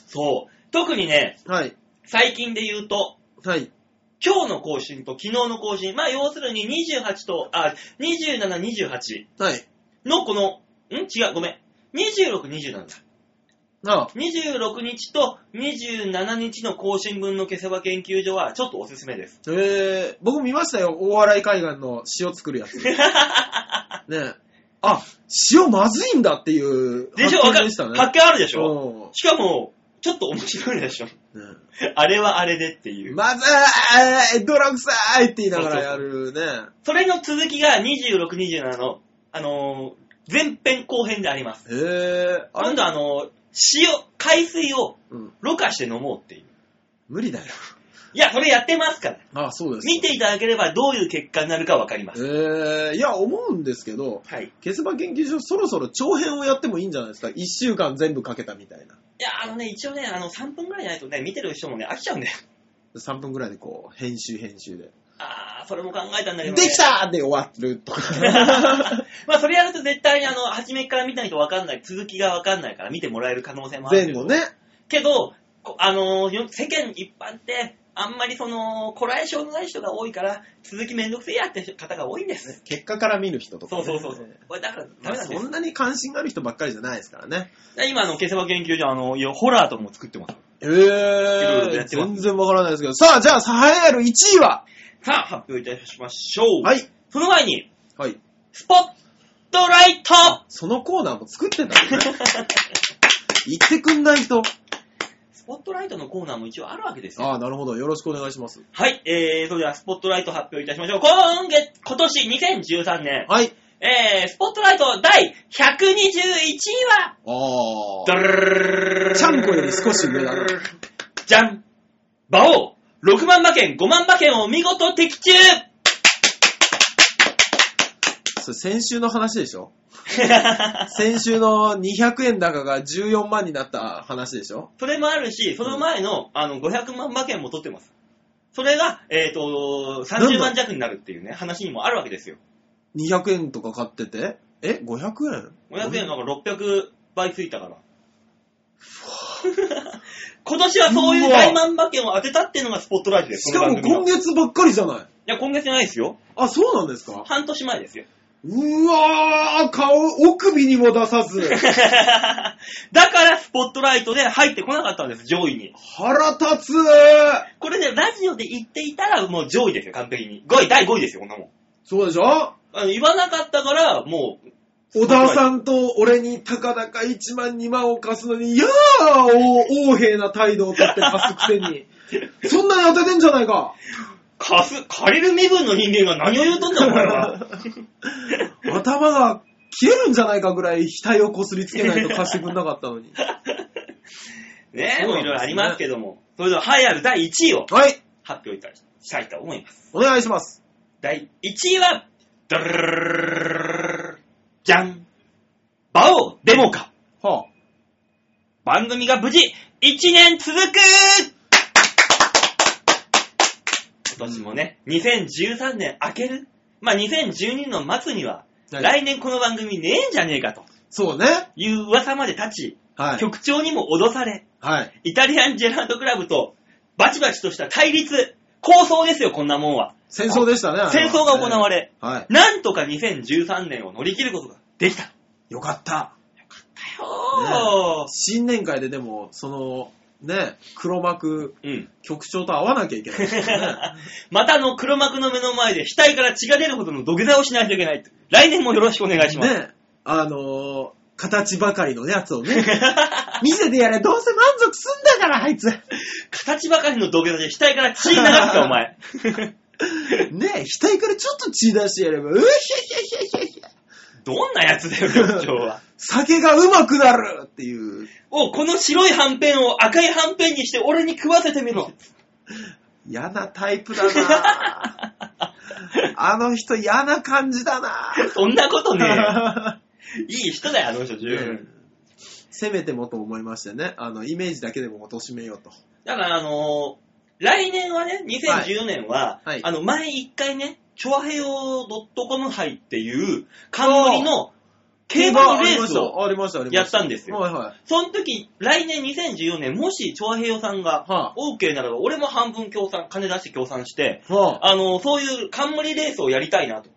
Speaker 1: そう。特にね、
Speaker 2: はい。
Speaker 1: 最近で言うと、
Speaker 2: はい。
Speaker 1: 今日の更新と昨日の更新、まあ要するに28と、あ、27、28
Speaker 2: はい。
Speaker 1: のこの、ん違う、ごめん。26、27だ。
Speaker 2: ああ、
Speaker 1: 26日と27日の更新分の消せば研究所はちょっとおすすめです。
Speaker 2: えー、僕見ましたよ。大洗海岸の塩作る やつ。ねえあ、塩まずいんだっていう
Speaker 1: でしょわか
Speaker 2: 見
Speaker 1: る
Speaker 2: でしたね。
Speaker 1: 発見あるでしょ
Speaker 2: う
Speaker 1: しかも、ちょっと面白いでしょ
Speaker 2: んね
Speaker 1: あれはあれでってい
Speaker 2: え
Speaker 1: う。
Speaker 2: まずい泥臭いって言いながらやるね。
Speaker 1: それの続きが26、27の、あのー前編後編であります。
Speaker 2: へえー、あれ
Speaker 1: 今度あのー塩、海水を
Speaker 2: うん、
Speaker 1: ろ過して飲もうっていう。
Speaker 2: 無理だよ。
Speaker 1: いや、それやってますから。
Speaker 2: あそうです。
Speaker 1: 見ていただければどういう結果になるかわかりま
Speaker 2: え
Speaker 1: す。
Speaker 2: ー、いや、思うんですけど、
Speaker 1: はい。い
Speaker 2: ケスバ研究所そろそろ長編をやってもいいんじゃないですか。一週間全部かけたみたいな。
Speaker 1: や、あのね、一応ね、あの、3分ぐらいじゃないとね、見てる人もね、飽きちゃうんだよ。
Speaker 2: 3分ぐらいでこう、編集編集で。
Speaker 1: あー、それも考えたんだけ
Speaker 2: で
Speaker 1: ど、ね。
Speaker 2: きたーで終わるとか。
Speaker 1: まあ、それやると絶対にあの、初めから見ないとわかんない、続きがわかんないから見てもらえる可能性もある。
Speaker 2: 前後ね。
Speaker 1: けど、こあのーよ世間一般って、あんまりその、こらえ性のない人が多いから、続きめんどくせえやって方が多いんです。
Speaker 2: 結果から見る人とか、
Speaker 1: そ
Speaker 2: ね。
Speaker 1: うそうそうそう。これだから、ダ
Speaker 2: まあ
Speaker 1: メなんです。だ
Speaker 2: そ
Speaker 1: か
Speaker 2: んなに関心がある人ばっかりじゃないですからね。
Speaker 1: ら今、あの、消せば研究所、あの、いやホラーとかも作ってます。
Speaker 2: え
Speaker 1: ろいろや
Speaker 2: ー、
Speaker 1: ってます
Speaker 2: 全然わからないですけど。さあ、じゃあ、栄えある1位は
Speaker 1: さあ、発表いたしましょう。。
Speaker 2: はいい。
Speaker 1: その前に、
Speaker 2: はい。
Speaker 1: スポットライト
Speaker 2: そのコーナーも作ってた んだね。言ってくんないと。
Speaker 1: スポットライトのコーナーも一応あるわけですよ。
Speaker 2: ああ、なるほど。よろしくお願いします。
Speaker 1: はい、えー、それではスポットライト発表いたしましょう。今月、今年2013年、
Speaker 2: はい。
Speaker 1: えー、スポットライト第121位は、
Speaker 2: ああ。
Speaker 1: ドル
Speaker 2: ちゃんこより少し上だな。
Speaker 1: じゃん馬王 !6 万馬券、5万馬券を見事的中
Speaker 2: それ先週の話でしょ先週の200円高が14万になった話でしょ
Speaker 1: それもあるし、その前のあの500万馬券も取ってます。それが、えっ、と、30万弱になるっていうね、話にもあるわけですよ。
Speaker 2: ?200 円とか買ってて、え ?500 円
Speaker 1: 500円の方が600倍ついたから。今年はそういう大万馬券を当てたっていうのがスポットライトです。
Speaker 2: しかも
Speaker 1: この番組の
Speaker 2: 今月ばっかりじゃない。
Speaker 1: いや、今月じゃないですよ。
Speaker 2: あ、そうなんですか
Speaker 1: 半年前ですよ。
Speaker 2: うわー、顔、奥首にも出 さず、
Speaker 1: だから、スポットライトで入ってこなかったんです、上位に。
Speaker 2: 腹立つ
Speaker 1: これね、ラジオで言っていたら、もう上位ですよ、完璧に。5位、第5位ですよ、こんなもん。
Speaker 2: そうでしょ
Speaker 1: あの言わなかったから、もう、
Speaker 2: 小田さんと俺に高々1万2万を貸すのに、いやー、お横柄な態度をとって貸すく せに、そんなに当ててんじゃないか
Speaker 1: 貸す、借りる身分の人間が何を言うとんだ、お前は。
Speaker 2: 頭が切れるんじゃないかぐらい額をこすりつけないと貸してくんなかったの に。
Speaker 1: ね
Speaker 2: そうなんですね
Speaker 1: もういろいろありますけども。それでは、栄えある第1位を
Speaker 2: はい、
Speaker 1: 発表いたしたいと思います。
Speaker 2: お願いします。
Speaker 1: 第1位は、ドゥルルルルルルルルルじゃんバオデモか
Speaker 2: はあ、
Speaker 1: 番組が無事、1年続く今年もね、2013年明けるまあ、2012の末には、
Speaker 2: はい
Speaker 1: 来年この番組ねえんじゃねえかと
Speaker 2: そうね。
Speaker 1: いう噂まで立ち、
Speaker 2: はい。
Speaker 1: 局長にも脅され、
Speaker 2: はい。
Speaker 1: イタリアンジェラートクラブとバチバチとした対立、抗争ですよ、こんなもんは。
Speaker 2: 戦争でしたね。あれは
Speaker 1: 戦争が行われ、
Speaker 2: えーはい。
Speaker 1: なんとか2013年を乗り切ることができた。
Speaker 2: よかった。
Speaker 1: よ
Speaker 2: 新年会ででも、その、ね、黒幕、
Speaker 1: ーうん。
Speaker 2: 局長と会わなきゃいけないですよね。
Speaker 1: またあの黒幕の目の前で額から血が出るほどの土下座をしないといけない。来年もよろしくお願い します。
Speaker 2: ね、あのー形ばかりのやつをね、見せてやれ、どうせ満足すんだから、あいつ。ね
Speaker 1: 形ばかりの土下座で額から血流すか、お前。
Speaker 2: 額からちょっと血出してやれば、うひゃひゃひゃひゃひゃ
Speaker 1: どんなやつだよ、局長は。
Speaker 2: 酒がうまくなるっていう。
Speaker 1: お、この白いはんぺんを赤いはんぺんにして俺に食わせてみろ。
Speaker 2: 嫌なタイプ だなあの人嫌な感じだな
Speaker 1: そんなことねえ よ。いい人だよ、あの人、十分。
Speaker 2: せめてもと思いましてね、あの、イメージだけでも貶めようと。
Speaker 1: だから、あのー来年はね、2014年は、
Speaker 2: はいはい
Speaker 1: あの、前一回ね、チョアヘヨ .com 杯っていう、冠の競馬のレースを
Speaker 2: ありました、ありました。
Speaker 1: やったんですよ。
Speaker 2: はいはい。
Speaker 1: その時、来年2014年、もしチョアヘヨさんが
Speaker 2: は
Speaker 1: OK ならば、俺も半分協賛、金出して協賛して、
Speaker 2: あ、はあ、
Speaker 1: あの、そういう冠レースをやりたいなと。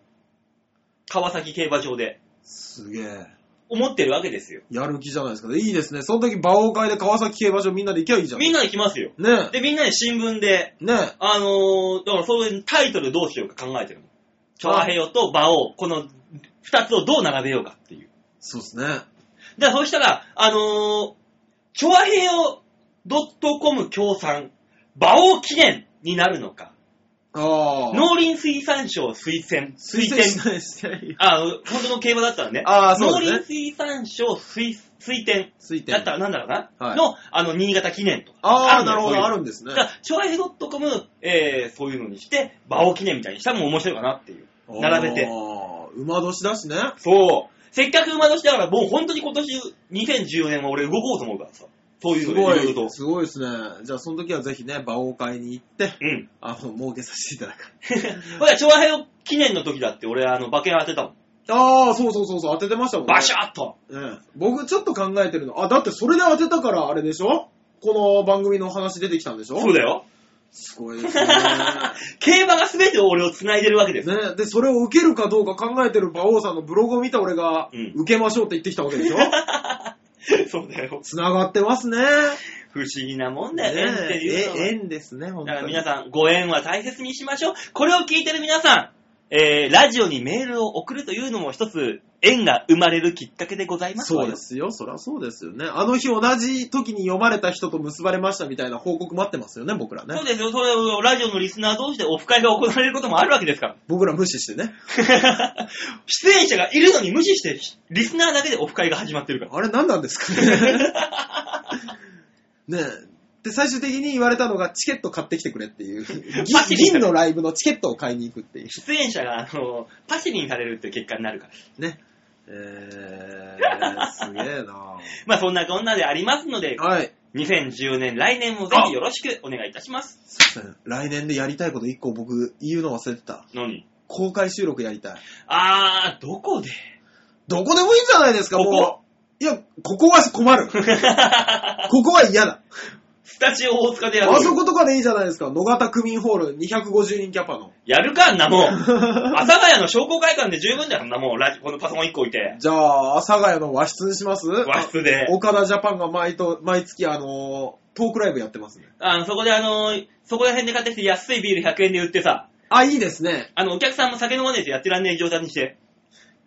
Speaker 1: 川崎競馬場で
Speaker 2: すげえ。
Speaker 1: 思ってるわけですよ。
Speaker 2: やる気じゃないですか。いいですね。その時、馬王会で川崎競馬場みんなで行きゃいいじゃん。ね
Speaker 1: みんなで来ますよ。
Speaker 2: え。
Speaker 1: で、みんなで新聞で、
Speaker 2: ね
Speaker 1: あのーだからそういうタイトルどうしようか考えてるの。チョアヘヨと馬王、この二つをどう並べようかっていう。
Speaker 2: そうですね。
Speaker 1: だからそうしたら、あのー、チョアヘヨ .com 協賛、馬王記念になるのか。
Speaker 2: ああ。
Speaker 1: 農林水産省推 薦。推
Speaker 2: 薦し
Speaker 1: 薦。
Speaker 2: ないしてないよ。
Speaker 1: あ、本当の競馬だったらね。
Speaker 2: あーそうですね
Speaker 1: 農林水産省推推薦。
Speaker 2: 推薦。
Speaker 1: だったらなんだろうな、
Speaker 2: はい
Speaker 1: の、あの、新潟記念とか。
Speaker 2: ああ、
Speaker 1: んだ
Speaker 2: な
Speaker 1: よ
Speaker 2: るほ
Speaker 1: そうい
Speaker 2: ど。あ
Speaker 1: うの
Speaker 2: るんですね
Speaker 1: だ。から、超愛 .com、えー、そういうのにして、馬王記念みたいにしたらもう面白いかなっていう。 並べて
Speaker 2: ああ。馬年だしね。
Speaker 1: そう。せっかく馬年だから、もう本当に今年、2014年は俺動こうと思うからさ。そうい
Speaker 2: す
Speaker 1: うの
Speaker 2: ご
Speaker 1: ろろ
Speaker 2: い。
Speaker 1: と。
Speaker 2: すごいですね。じゃあ、その時はぜひね、馬王会に行って、
Speaker 1: うん。
Speaker 2: あの、儲けさせていただく。
Speaker 1: ほら、超愛記念の時だって俺、あの、馬券当てたもん。
Speaker 2: ああ、そうそうそうそう、当ててましたもんね。
Speaker 1: バシャーっと。
Speaker 2: うん。僕ちょっと考えてるの。あ、だってそれで当てたからあれでしょこの番組の話出てきたんでしょ
Speaker 1: そうだよ。
Speaker 2: すごいですね。
Speaker 1: 競馬が全て俺を繋いでるわけです。
Speaker 2: ね、で、それを受けるかどうか考えてる馬王さんのブログを見た俺が、
Speaker 1: うん
Speaker 2: 受けましょうって言ってきたわ けでしょ
Speaker 1: そうだよ。
Speaker 2: 繋がってますね。
Speaker 1: 不思議なもんだ
Speaker 2: ね
Speaker 1: よねっていうのは
Speaker 2: え縁ですね、本
Speaker 1: だから
Speaker 2: 当に。
Speaker 1: 皆さん、ご縁は大切にしましょう。これを聞いてる皆さん、えー、ラジオにメールを送るというのも一つ、縁が生まれるきっかけでございますわ
Speaker 2: そう
Speaker 1: よ
Speaker 2: ですよ、そりゃそうですよね。あの日同じ時に読まれた人と結ばれましたみたいな報告待ってますよね、僕らね
Speaker 1: そう。ですよ。それをラジオのリスナー同士でオフ会が行われることもあるわけですから。
Speaker 2: 僕ら無視してね。
Speaker 1: 出演者がいるのに無視して、リスナーだけでオフ会が始まってるから。
Speaker 2: あれ何なんですかね。ねえ。で、最終的に言われたのが、チケット買ってきてくれっていう。
Speaker 1: パチ
Speaker 2: 銀
Speaker 1: リした
Speaker 2: 銀のライブのチケットを買いに行くっていう。
Speaker 1: 出演者が、あの、パシリにされるっていう結果になるから。
Speaker 2: ね。えー、すげえな
Speaker 1: まあそんなこんなでありますので、
Speaker 2: はい。
Speaker 1: 2010年、来年もぜひよろしくお願いいたします。
Speaker 2: 来年でやりたいこと一個僕言うの忘れてた。
Speaker 1: 何
Speaker 2: 公開収録やりたい。
Speaker 1: あー、どこで
Speaker 2: どこでもいいじゃないですか、
Speaker 1: ここ
Speaker 2: もう。いや、ここは困る。ここは嫌だ。
Speaker 1: スタジオ大塚でやる。
Speaker 2: あそことかでいいじゃないですか。野方区民ホール250人キャパの。
Speaker 1: やるか、あんな もん。阿佐ヶ谷の商工会館で十分だよ、あんなもん。ラジこのパソコン1個置いて。
Speaker 2: じゃあ、阿佐ヶ谷の和室にします
Speaker 1: 和室で。
Speaker 2: 岡田ジャパンが毎と毎月、あのートークライブやってますね。
Speaker 1: あの、そこであのーそこら辺で買ってきて安いビール100円で売ってさ、
Speaker 2: あ、いいですね。
Speaker 1: あの、お客さんも酒飲まねえとやってらんねえ状態にして。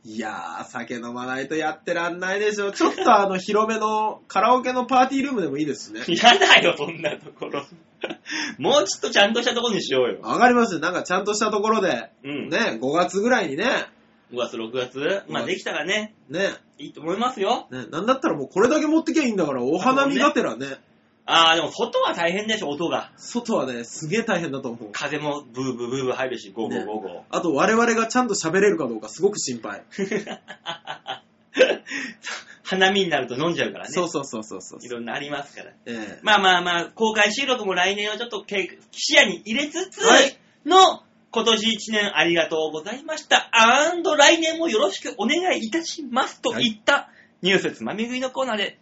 Speaker 2: いやー、酒飲まないとやってらんないでしょ。ちょっとあの、広めのカラオケのパーティールームでもいいですしね。
Speaker 1: やだよ、そんなところ。 もうちょっとちゃんとしたところにしようよ。
Speaker 2: わかりますよ。なんかちゃんとしたところで、
Speaker 1: うん。
Speaker 2: ね、5月ぐらいにね、
Speaker 1: 5月、6月。まあ、できたらね、
Speaker 2: ね、
Speaker 1: いいと思いますよ。
Speaker 2: ね、なんだったらもうこれだけ持ってきゃいいんだから、お花見がてらね、
Speaker 1: あー、でも外は大変でしょ、音が。
Speaker 2: 外はね、すげえ大変だと思う。
Speaker 1: 風もブーブーブーブー入るし、ゴーゴーゴーゴー。
Speaker 2: あと我々がちゃんと喋れるかどうかすごく心配。
Speaker 1: 花見になると飲んじゃうからね。
Speaker 2: そうそうそうそうそう
Speaker 1: い。ろんなありますから。
Speaker 2: ええ
Speaker 1: まあまあまあ、公開収録も来年をちょっとけ視野に入れつつ
Speaker 2: はい
Speaker 1: の、今年一年ありがとうございました。アンド来年もよろしくお願いいたします。といったニュースつまみ食いのコーナーで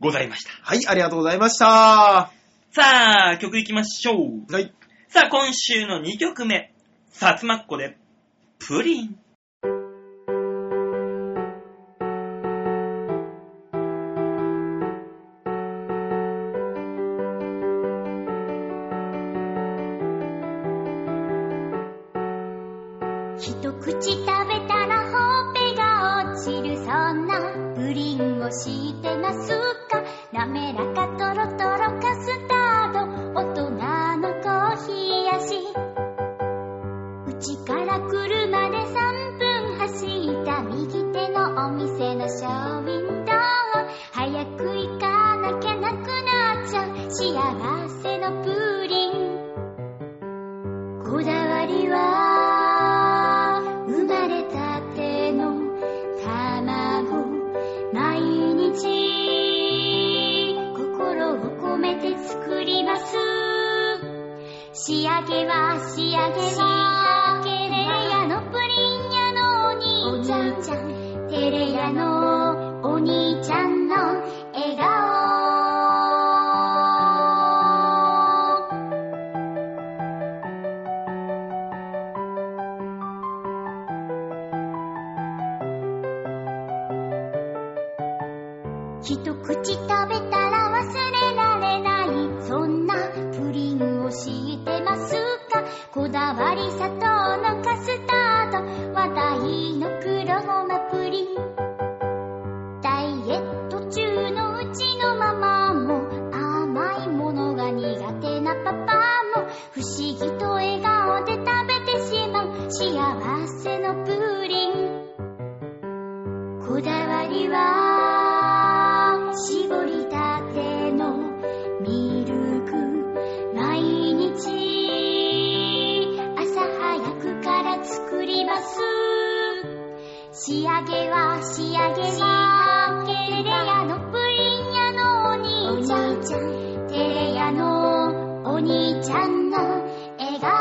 Speaker 1: ございました。
Speaker 2: はい、ありがとうございました。
Speaker 1: さあ、曲いきましょう。
Speaker 2: はい。
Speaker 1: さあ、今週の2曲目。さつまっこで、プリン。
Speaker 3: 一口食べたらほっぺが落ちるそんなプリンをしてますか滑らかトロトロカスタード大人のコーヒー味うちから車で3分走った右手のお店のショーウィンドウ早く行かなきゃなくなっちゃう幸せのプリンこだわりは生まれたての卵毎日心を込めて作ります仕上げは仕上げはテレヤのプリン屋のお兄ちゃんテレヤのお兄ちゃんの笑顔一口食べたら忘れられないそんなプリンを知ってますかこだわり砂糖のカスタード話題の黒ごまプリンダイエット中のうちのママも甘いものが苦手なパパも不思議と笑顔で食べてしまう幸せのプリンこだわりは絞りたてのミルク毎日朝早くから作ります仕上げは仕上げはテレヤのプリン屋のお兄ちゃんテレヤのお兄ちゃんの笑顔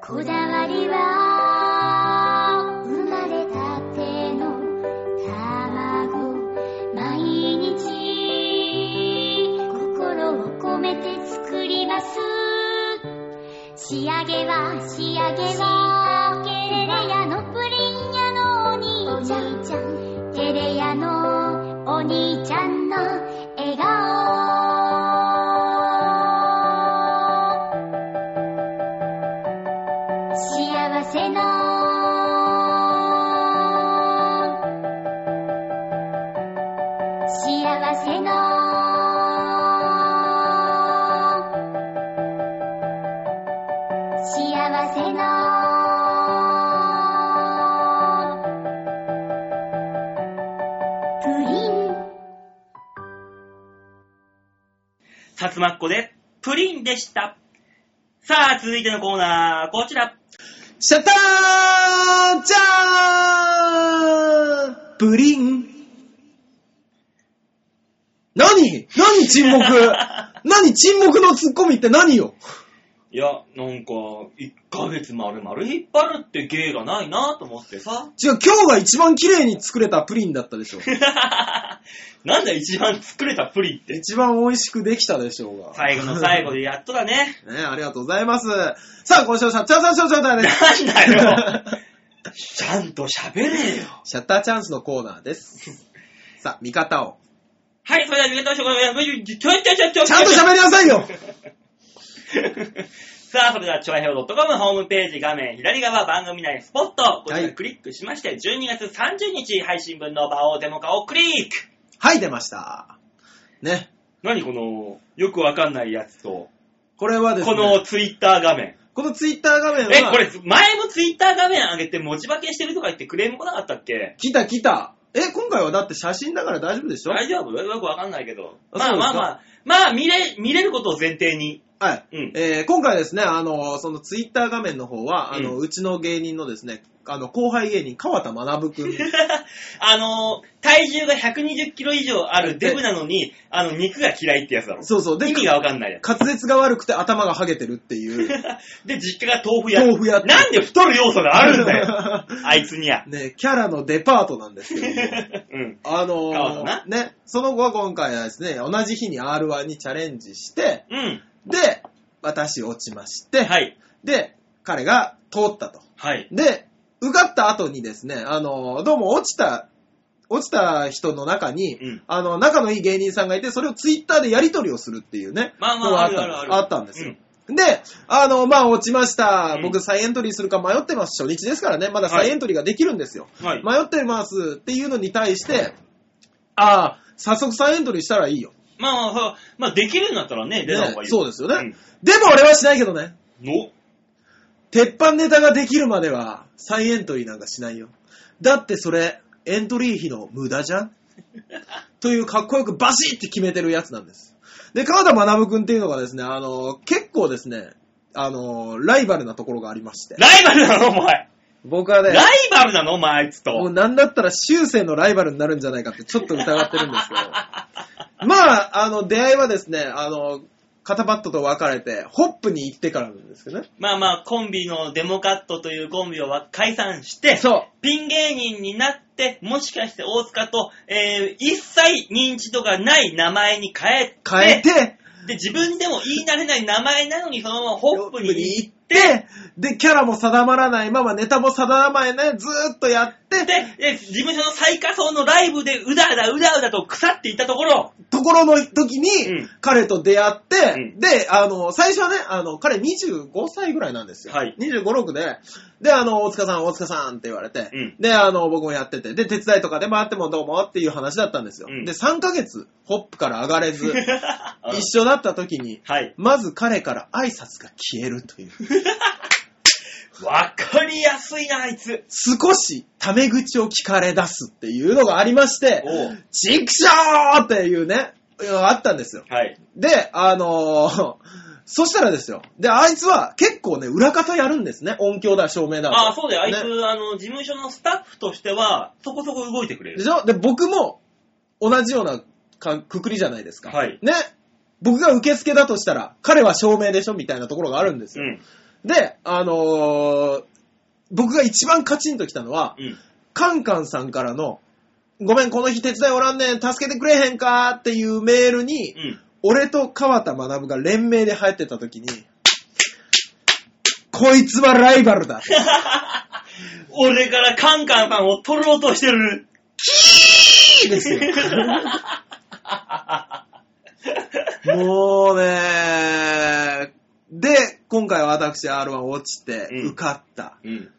Speaker 3: こだわりは生まれたての卵毎日心を込めて作ります仕上げは仕上げはテレヤのプリン屋のお兄ちゃんテレヤのお兄ちゃんの笑顔幸せの幸せの幸せのプリン
Speaker 1: さつまっこで、プリンでした。さあ、続いてのコーナー、こちら。
Speaker 2: シャッターチャーンプリン何何沈黙 何沈黙のツッコミって何よ
Speaker 1: いや、なんか、1ヶ月丸々引っ張るって芸がないなと思ってさ。
Speaker 2: 違う、今日が一番綺麗に作れたプリンだった でしょ。
Speaker 1: なんだ一番作れたプリンって。
Speaker 2: 一番美味しくできたでしょうが。
Speaker 1: 最後の 最後でやっとだね。
Speaker 2: ねありがとうございます。さあ、今週のシャッターチャンスのシャッターです。
Speaker 1: なんだよ。ちゃんと喋れよ。
Speaker 2: シャッターチャンスのコーナーです。さあ、味方を。
Speaker 1: はい、それでは皆さん、ちょちょちょちょちょ
Speaker 2: ちゃんと喋りなさいよ
Speaker 1: さあ、それでは、ちょいへお .com ホームページ画面左側番組内スポット、こち
Speaker 2: は
Speaker 1: ら
Speaker 2: い
Speaker 1: クリックしまして、12月30日配信分の場をデモ化をクリック
Speaker 2: はい、出ました。ね。
Speaker 1: 何この、よくわかんないやつと、
Speaker 2: これはです
Speaker 1: こ
Speaker 2: ね、
Speaker 1: のツイッター画面。
Speaker 2: このツイッター画面は、
Speaker 1: え、これ、前もツイッター画面上げて文字化けしてるとか言ってクレーム来なかったっけ
Speaker 2: 来た来た。え、今回はだって写真だから大丈夫でしょ
Speaker 1: 大丈夫よくわかんないけど。
Speaker 2: あ
Speaker 1: まあ
Speaker 2: そうで
Speaker 1: ますあ
Speaker 2: か
Speaker 1: まあ、まあ見れ、見れることを前提に。
Speaker 2: はい。
Speaker 1: うん
Speaker 2: えー今回ですね、あの、そのツイッター画面の方は、あの、
Speaker 1: う
Speaker 2: うちの芸人のですね、あの、後輩芸人、川田学くん。
Speaker 1: あのー、体重が120キロ以上あるデブなのに、あの、肉が嫌いってやつだろ。
Speaker 2: そうそう。で
Speaker 1: 意、味がわかんないやつ。
Speaker 2: 滑舌が悪くて頭がハゲてるっていう、
Speaker 1: で、実家が豆腐屋。
Speaker 2: 豆腐屋って。
Speaker 1: なんで太る要素があるんだ よ。あいつには。
Speaker 2: ね、キャラのデパートなんですけども。
Speaker 1: うん。
Speaker 2: あの
Speaker 1: 川田な
Speaker 2: ー、ね、その後は今回はですね、同じ日に R1 にチャレンジして、
Speaker 1: うん。
Speaker 2: で、私落ちまして、
Speaker 1: はい。
Speaker 2: で、彼が通ったと。
Speaker 1: はい。
Speaker 2: で、受かった後にですね、あのー、どうも落ちた、落ちた人の中に、
Speaker 1: うん
Speaker 2: あの、仲のいい芸人さんがいて、それをツイッターでやり取りをするっていうね、
Speaker 1: まあまあ
Speaker 2: のが
Speaker 1: あるあるある
Speaker 2: あったんですよ。
Speaker 1: うん
Speaker 2: で、あの、まあ、落ちました
Speaker 1: う。ん
Speaker 2: 僕、再エントリーするか迷ってます。初日ですからね。まだ再エントリーができるんですよ。
Speaker 1: はい。
Speaker 2: 迷ってますっていうのに対して、ああ、早速再エントリーしたらいいよ。
Speaker 1: まあまあ、まあ、できるんだったらね、出た方がいいよ。
Speaker 2: ねそうですよね。
Speaker 1: うん
Speaker 2: でも俺はしないけどね。
Speaker 1: の
Speaker 2: 鉄板ネタができるまでは再エントリーなんかしないよ。だってそれ、エントリー費の無駄じゃんというかっこよくバシッて決めてるやつなんです。で、川田学くんっていうのがですね、あの、結構ですね、あの、ライバルなところがありまして。
Speaker 1: ライバルなのお前。
Speaker 2: 僕はね
Speaker 1: ラ、イバルなのお前、あいつ
Speaker 2: もう
Speaker 1: と。
Speaker 2: なんだったら修正のライバルになるんじゃないかってちょっと疑ってるんですけど。まあ、あの、出会いはですね、あの、肩パッドと別れて、ホップに行ってからなんですけどね。
Speaker 1: まあまあ、コンビのデモカットというコンビを解散して、
Speaker 2: そう。
Speaker 1: ピン芸人になって、もしかして大塚と、えー、一切認知度がない名前に変えて、
Speaker 2: 変えて、
Speaker 1: で、自分でも言い慣れない名前なのに、そのままホップに行っ
Speaker 2: で、で、キャラも定まらないまま、ネタも定まらないね、ずーっとやっ
Speaker 1: て、
Speaker 2: て、
Speaker 1: で、事務所の最下層のライブでうだうだうだうだと腐っていたところ、
Speaker 2: ところの時に、
Speaker 1: うん
Speaker 2: 彼と出会って、
Speaker 1: うん
Speaker 2: で、あの、最初はね、あの、彼25歳ぐらいなんですよ。
Speaker 1: はい
Speaker 2: 25、6で、で、あの、大塚さん、大塚さんって言われて、
Speaker 1: うん
Speaker 2: で、あの、僕もやってて、で、手伝いとかで回ってもどうもっていう話だったんですよ。
Speaker 1: うん
Speaker 2: で、3ヶ月、ホップから上が れず、 一緒だった時に、
Speaker 1: はい。
Speaker 2: まず彼から挨拶が消えるという、
Speaker 1: わかりやすいな、あいつ。
Speaker 2: 少しタメ口を聞かれ出すっていうのがありまして、
Speaker 1: おう
Speaker 2: チクショーっていうね、あったんですよ。
Speaker 1: はい。
Speaker 2: で、あのー そしたらですよ。で、あいつは結構ね、裏方やるんですね。音響だ、照明だ。
Speaker 1: ああ、そうだよ。あいつ、
Speaker 2: ね
Speaker 1: あの、事務所のスタッフとしては、そこそこ動いてくれ
Speaker 2: で
Speaker 1: る。
Speaker 2: しょで、僕も同じようなかくくりじゃないですか。
Speaker 1: はい
Speaker 2: ね。僕が受付だとしたら、彼は照明でしょみたいなところがあるんです
Speaker 1: う
Speaker 2: よ。
Speaker 1: ん。
Speaker 2: で、あのー僕が一番カチンときたのは、
Speaker 1: うん。
Speaker 2: カンカンさんからの、ごめん、この日手伝いおらんねん、助けてくれへんかっていうメールに、
Speaker 1: うん。
Speaker 2: 俺と川田学が連名で入ってた時に、こいつはライバルだ。
Speaker 1: 俺からカンカンさんを取ろうとしてる。
Speaker 2: いいですよ。もうねで、今回私 R1 落ちて
Speaker 1: うん
Speaker 2: 受かった。
Speaker 1: うん。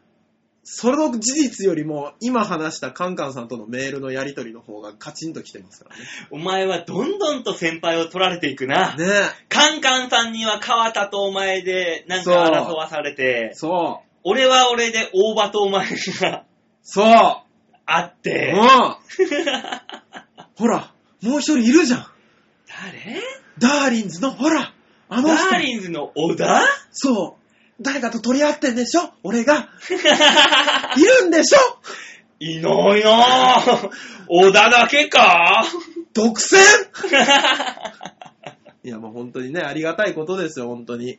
Speaker 2: その事実よりも、今話したカンカンさんとのメールのやりとりの方がカチンと来てますか
Speaker 1: お前はどんどんと先輩を取られていくな。
Speaker 2: らね。ね
Speaker 1: カンカンさんには川田とお前でなんか
Speaker 2: そう
Speaker 1: 争わされて、
Speaker 2: そう。
Speaker 1: 俺は俺で大場とお前が
Speaker 2: そう。
Speaker 1: あっ
Speaker 2: う
Speaker 1: て。
Speaker 2: ん。ほら、もう一人いるじゃん。
Speaker 1: 誰
Speaker 2: ダーリンズの、ほら、あの
Speaker 1: ダ
Speaker 2: 人。
Speaker 1: ーリンズの小田
Speaker 2: そう。誰かと取り合ってんでしょ俺 が。いるんでしょ
Speaker 1: いないなぁ。小田だけか
Speaker 2: 独占いや、もう本当にね、ありがたいことですよ、本当に。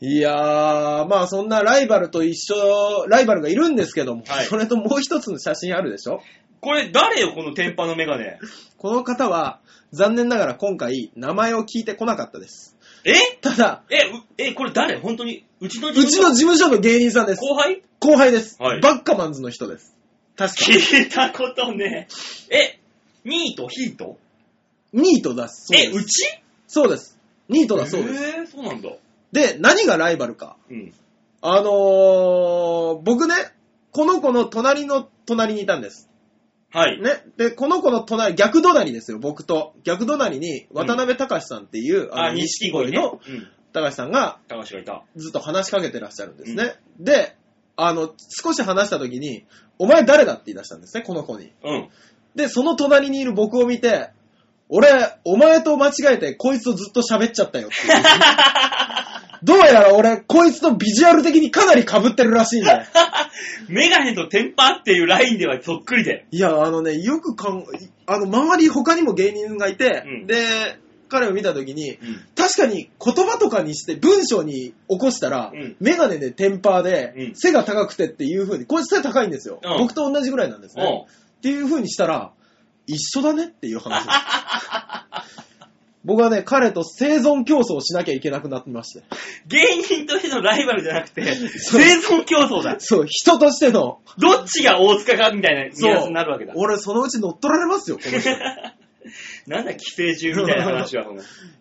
Speaker 2: いやー、まあそんなライバルと一緒、ライバルがいるんですけども、
Speaker 1: はい
Speaker 2: それともう一つの写真あるでしょ
Speaker 1: これ誰よ、この天パのメガネ。
Speaker 2: この方は、残念ながら今回、名前を聞いてこなかったです。
Speaker 1: え
Speaker 2: ただ、
Speaker 1: え、うえ、これ誰本当にうちの
Speaker 2: うちの事務所の芸人さんです。
Speaker 1: 後輩
Speaker 2: 後輩です。
Speaker 1: はい
Speaker 2: バッカマンズの人です。確かに。
Speaker 1: 聞いたことねえ。え、ニート、ヒート
Speaker 2: ニートだそう
Speaker 1: え、
Speaker 2: です。
Speaker 1: うち
Speaker 2: そうです。ニートだそうです。
Speaker 1: えー、そうなんだ。
Speaker 2: で、何がライバルか。
Speaker 1: うん。
Speaker 2: あのー、僕ね、この子の隣の隣にいたんです。
Speaker 1: はい。
Speaker 2: ね。で、この子の隣、逆隣ですよ、僕と。逆隣に、渡辺隆さんっていう、
Speaker 1: あ、錦鯉ね。
Speaker 2: の
Speaker 1: うん。
Speaker 2: 隆さんが
Speaker 1: 高橋がいた。
Speaker 2: ずっと話しかけてらっしゃるんですね。で、あの、少し話した時に、お前誰だって言い出したんですね、この子に。
Speaker 1: うん。
Speaker 2: で、その隣にいる僕を見て、俺、お前と間違えて、こいつとずっと喋っちゃったよって いう。どうやら俺、こいつとビジュアル的にかなり被ってるらしいんだよ。
Speaker 1: メガネとテンパっていうラインではそっくりで。
Speaker 2: いや、あのね、よくかん、あの、周り他にも芸人がいて、
Speaker 1: うん
Speaker 2: で、彼を見たときに、
Speaker 1: うん。
Speaker 2: 確かに言葉とかにして文章に起こしたら、
Speaker 1: うん
Speaker 2: メガネでテンパーで、
Speaker 1: うん
Speaker 2: 背が高くてっていう風に、こいつ背高いんですよ。
Speaker 1: うん
Speaker 2: 僕と同じぐらいなんですね。
Speaker 1: おう
Speaker 2: っていう風にしたら、一緒だねっていう話です。僕はね、彼と生存競争をしなきゃいけなくなってまして。
Speaker 1: 芸人としてのライバルじゃなくて、生存競争だ。
Speaker 2: そう、人としての、
Speaker 1: どっちが大塚かみたいなニュアンス
Speaker 2: そう
Speaker 1: になるわけだ。
Speaker 2: 俺そのうち乗っ取られますよ、この 人。
Speaker 1: なんだ、寄生獣みたいな 話は。その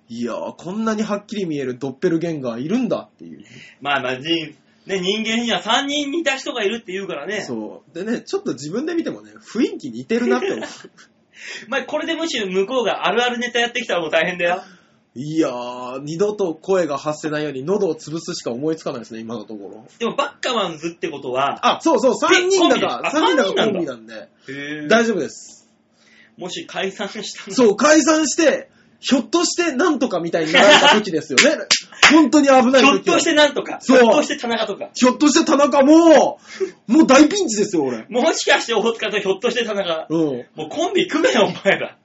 Speaker 2: いやー、こんなにはっきり見えるドッペルゲンガーいるんだっていう。
Speaker 1: まあまあ、人、ね、人間には3人似た人がいるって言うからね。
Speaker 2: そう。でね、ちょっと自分で見てもね、雰囲気似てるなって思 う。
Speaker 1: まあ、これでもし向こうがあるあるネタやってきたらもう大変だよ。
Speaker 2: いやー、二度と声が発せないように喉を潰すしか思いつかないですね、今のところ。
Speaker 1: でも、バッカマンズってことは、
Speaker 2: あ、そうそう、三人だ
Speaker 1: え
Speaker 2: か、
Speaker 1: コンビ
Speaker 2: 三人
Speaker 1: で
Speaker 2: だ
Speaker 1: す
Speaker 2: かコンビなんで、
Speaker 1: へ
Speaker 2: 大丈夫です。
Speaker 1: もし解散したの
Speaker 2: そう、解散して、ひょっとしてなんとかみたいになられた時ですよ ね。本当に危ない時
Speaker 1: ひょっとしてなんとか、ひ
Speaker 2: そう
Speaker 1: ょっとして田中とか、
Speaker 2: ひょっとして田中もう、もう大ピンチですよ、俺。
Speaker 1: もしかして大塚とひょっとして田中、
Speaker 2: うん。
Speaker 1: もうコンビ組めよ、お前ら。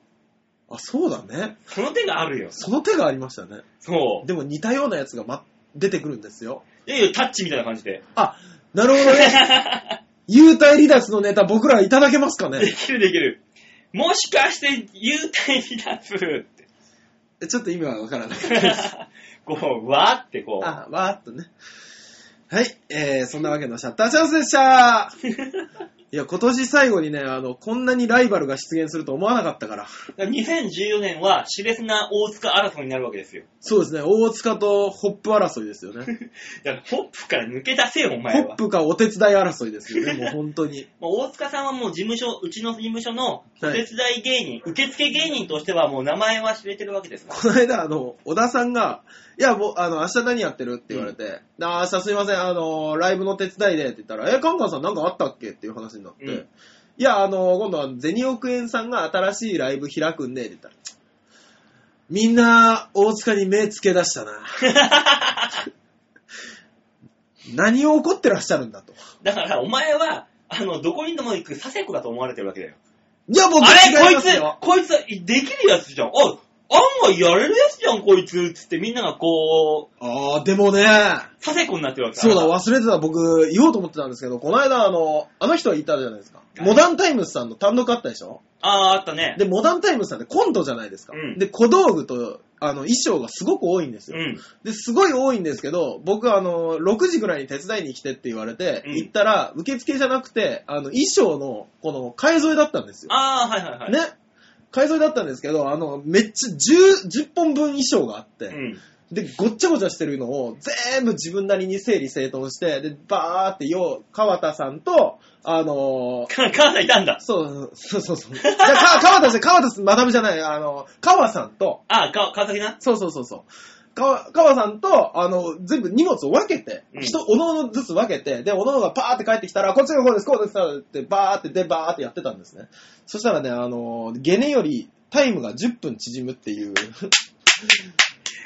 Speaker 2: あ、そうだね。
Speaker 1: その手があるよ。
Speaker 2: その手がありましたね。
Speaker 1: そう。
Speaker 2: でも似たようなやつが、ま、出てくるんですよ。
Speaker 1: いやいや、タッチみたいな感じで。
Speaker 2: あ、なるほどね。 幽体離脱のネタ僕らいただけますか
Speaker 1: で
Speaker 2: ね
Speaker 1: きるできる。もしかして、幽体離脱 って。
Speaker 2: ちょっと意味はわからなかったです。
Speaker 1: こう、わーってこう。
Speaker 2: あ、わーっとね。はい、えー、そんなわけのシャッターチャンスでした いや、今年最後にね、あの、こんなにライバルが出現すると思わなかったから。
Speaker 1: 2014年は、熾烈な大塚争いになるわけですよ。
Speaker 2: そうですね、大塚とホップ争いですよね。
Speaker 1: だから、ホップから抜け出せよ、お
Speaker 2: ホ
Speaker 1: 前
Speaker 2: ッ
Speaker 1: は。
Speaker 2: プかお手伝い争いですよね、もう本当に。
Speaker 1: もう大塚さんはもう事務所、うちの事務所のお
Speaker 2: はい
Speaker 1: 手伝い芸人、受付芸人としてはもう名前は知れてるわけですから。
Speaker 2: この間、あの、小田さんが、いや、もう、あの、明日何やってるって言われて、であー明日すいません、あの、ライブの手伝いでって言ったら、え、カンカンさんなんかあったっけっていう話になって、
Speaker 1: うん
Speaker 2: いや、あの、今度は銭億円さんが新しいライブ開くんで、って言ったら、みんな、大塚に目つけ出したな。何を怒ってらっしゃる んだと。
Speaker 1: だから、お前は、あの、どこにでも行く佐世子だと思われてるわけだよ。
Speaker 2: いや、もう、
Speaker 1: あれこ
Speaker 2: 違
Speaker 1: い
Speaker 2: ます
Speaker 1: つ
Speaker 2: よ、
Speaker 1: こいつ、できるやつじゃん。あ、案外やれるやつじゃん、こいつ。つってみんながこう、
Speaker 2: ああ、でもね、
Speaker 1: 佐世子になってるわけ
Speaker 2: そうだ、
Speaker 1: わ。
Speaker 2: 忘れてた。僕、言おうと思ってたんですけど、この間、あの、あの人は言ったじゃないですか。モダンタイムズさんの単独あったでしょ
Speaker 1: あー、あったね。
Speaker 2: で、モダンタイムズさんってコントじゃないですか。
Speaker 1: うん
Speaker 2: で、小道具と、あの、衣装がすごく多いんです
Speaker 1: う
Speaker 2: よ。
Speaker 1: ん。
Speaker 2: で、すごい多いんですけど、僕、あの、6時ぐらいに手伝いに来てって言われて、
Speaker 1: うん
Speaker 2: 行ったら、受付じゃなくて、あの、衣装の、この、替え添えだったんですよ。
Speaker 1: あー、はいはいはい。
Speaker 2: ね。替え添えだったんですけど、あの、めっちゃ10、10本分衣装があって、
Speaker 1: うん。
Speaker 2: で、ごっちゃごちゃしてるのを全部自分なりに整理整頓して、で、バーって、よう、川田さんと、あの
Speaker 1: か
Speaker 2: ー、
Speaker 1: 母さんいたんだ。
Speaker 2: そう、そうそう そう。じゃあ、か川田さん、川田さん、学ぶじゃない、あの、川さんと、
Speaker 1: あー、か、川崎な。
Speaker 2: そうそうそうそう。川川さんと、あの、全部荷物を分けて、
Speaker 1: うん
Speaker 2: 人、おのおのずつ分けて、で、おのおのがパーって帰ってきたら、こっちがこうです、こうです、って、バーって、で、バーってやってたんですね。そしたらね、あの、ゲネよりタイムが10分縮むっていう。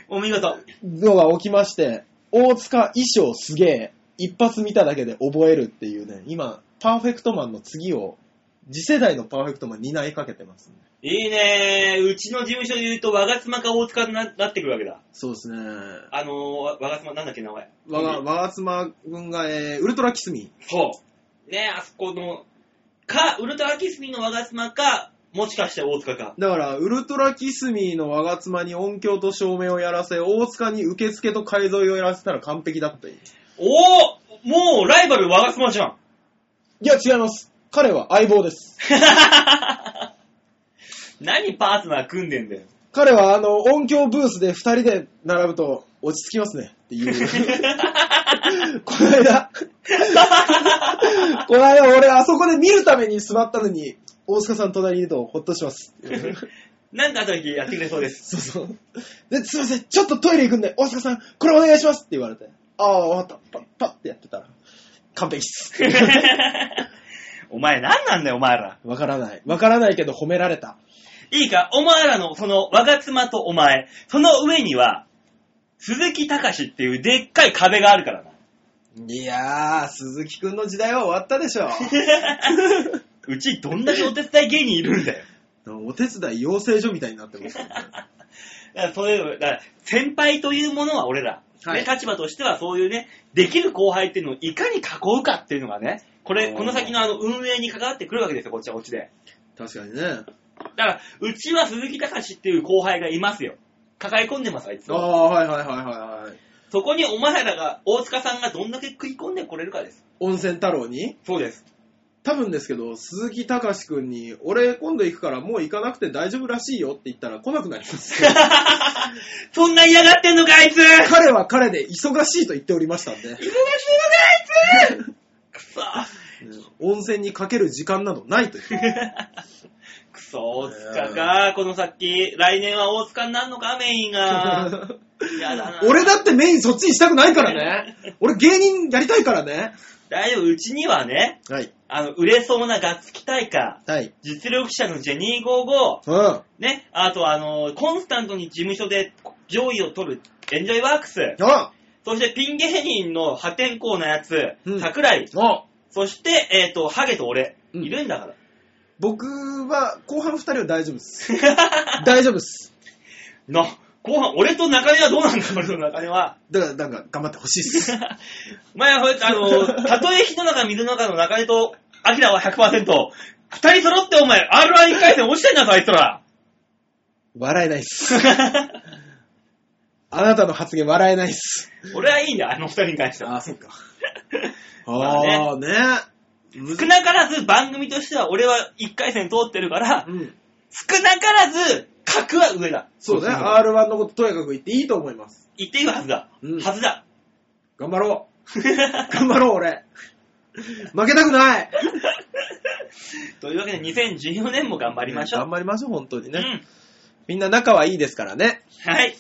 Speaker 1: お見事。
Speaker 2: のが起きまして、大塚衣装すげえ、一発見ただけで覚えるっていうね、今、パーフェクトマンの次を、次世代のパーフェクトマンに担いかけてますね、
Speaker 1: いいねー。うちの事務所で言うと、我が妻か大塚にななってくるわけだ。
Speaker 2: そうですね。
Speaker 1: あのー、わ我が妻、なんだっけ、名前。
Speaker 2: わが、わが妻君が、えー、ウルトラキスミ。
Speaker 1: そう。ねあそこの、か、ウルトラキスミの我が妻か、もしかして大塚か。
Speaker 2: だから、ウルトラキスミのわが妻に音響と照明をやらせ、大塚に受付と改造をやらせたら完璧だったい
Speaker 1: おおもうライバル我が妻じゃん。
Speaker 2: や、違います。彼は相棒です。
Speaker 1: 何パートナー組んでんだよ。
Speaker 2: 彼は、あの、音響ブースで二人で並ぶと落ち着きますね。って いう。この間、この間俺、あそこで見るために座ったのに、大塚さん隣にいるとほっとします。
Speaker 1: なんかあった時やってくれそうです。
Speaker 2: そうそう。で、すいません、ちょっとトイレ行くんで、大塚さん、これお願いしますって言われて、ああ、わかった、パッ、パッってやってたら、完璧っ す。
Speaker 1: お前何なんだよ、お前ら。
Speaker 2: わからない。わからないけど褒められた。
Speaker 1: いいか、お前らのその、我が妻とお前、その上には、鈴木隆っていうでっかい壁があるからな。
Speaker 2: いやー、鈴木くんの時代は終わったで しょ。
Speaker 1: うちどんだけお手伝い芸人いるんだよ。
Speaker 2: お手伝い養成所みたいになってますよね。
Speaker 1: だからそういう、だから先輩というものは俺ら、
Speaker 2: はい
Speaker 1: ね、立場としてはそういうね、できる後輩っていうのをいかに囲うかっていうのがね、これ、
Speaker 2: おー
Speaker 1: この先のあの運営に関わってくるわけですよ、こっちはこっちで。
Speaker 2: 確かにね。
Speaker 1: だから、うちは鈴木隆っていう後輩がいますよ。抱え込んでます、あいつ
Speaker 2: あ
Speaker 1: を
Speaker 2: あ、はいはいはいはいはい。
Speaker 1: そこにお前らが、大塚さんがどんだけ食い込んでこれるかです。
Speaker 2: 温泉太郎に
Speaker 1: そうです。
Speaker 2: 多分ですけど、鈴木隆史くんに、俺今度行くからもう行かなくて大丈夫らしいよって言ったら来なくなり ます。
Speaker 1: そんな嫌がってんのか、あい つ忙しいのか、
Speaker 2: 彼は彼で忙しいと言っておりましたんで、
Speaker 1: あいつ くそ
Speaker 2: うん温泉にかける時間などないという。
Speaker 1: くそ、大塚か、この先、来年は大塚になるのか、メインが。 やだな。
Speaker 2: 俺だってメインそっちにしたくないか らね。俺芸人やりたいからね。
Speaker 1: 大丈夫、うちにはね、
Speaker 2: はい。
Speaker 1: あの、売れそうなガッツキ大会、
Speaker 2: はい。
Speaker 1: 実力者のジェニー55、
Speaker 2: うん。
Speaker 1: ね、あとあの、コンスタントに事務所で上位を取るエンジョイワークス、
Speaker 2: あ
Speaker 1: そしてピン芸人の破天荒なやつ、
Speaker 2: うん
Speaker 1: 桜井、
Speaker 2: あ
Speaker 1: そして、えっ、と、ハゲと俺、
Speaker 2: うん
Speaker 1: いるんだから。
Speaker 2: 僕は後半二人は大丈夫 です。大丈夫です。
Speaker 1: な、後半、俺と中根はどうなんだ、俺と中根は。
Speaker 2: だから、なんか頑張ってほしいです。
Speaker 1: 前は、あの、たとえ火の中、水の中の中根と、アキラは100%、二人揃ってお前、R1 回戦落ちてんだぞ、あいつ ら。
Speaker 2: 笑えないっす。あなたの発言笑えないっす。
Speaker 1: 俺はいいんだよ、あの二人に関しては。
Speaker 2: あ、そっか。
Speaker 1: ま
Speaker 2: ああ、ね。
Speaker 1: 少なからず番組としては俺は一回戦通ってるから、
Speaker 2: うん。
Speaker 1: 少なからず格は上だ。
Speaker 2: そうね。
Speaker 1: だ
Speaker 2: R1 のこととやかく言っていいと思います。
Speaker 1: 言っていいはずだ。
Speaker 2: うん
Speaker 1: はずだ。
Speaker 2: 頑張ろう。頑張ろう、俺。負けたくない。
Speaker 1: というわけで2014年も頑張りましょう。
Speaker 2: 頑張りましょう、本当に
Speaker 1: う
Speaker 2: ね。
Speaker 1: ん。
Speaker 2: みんな仲はいいですからね。
Speaker 1: はい。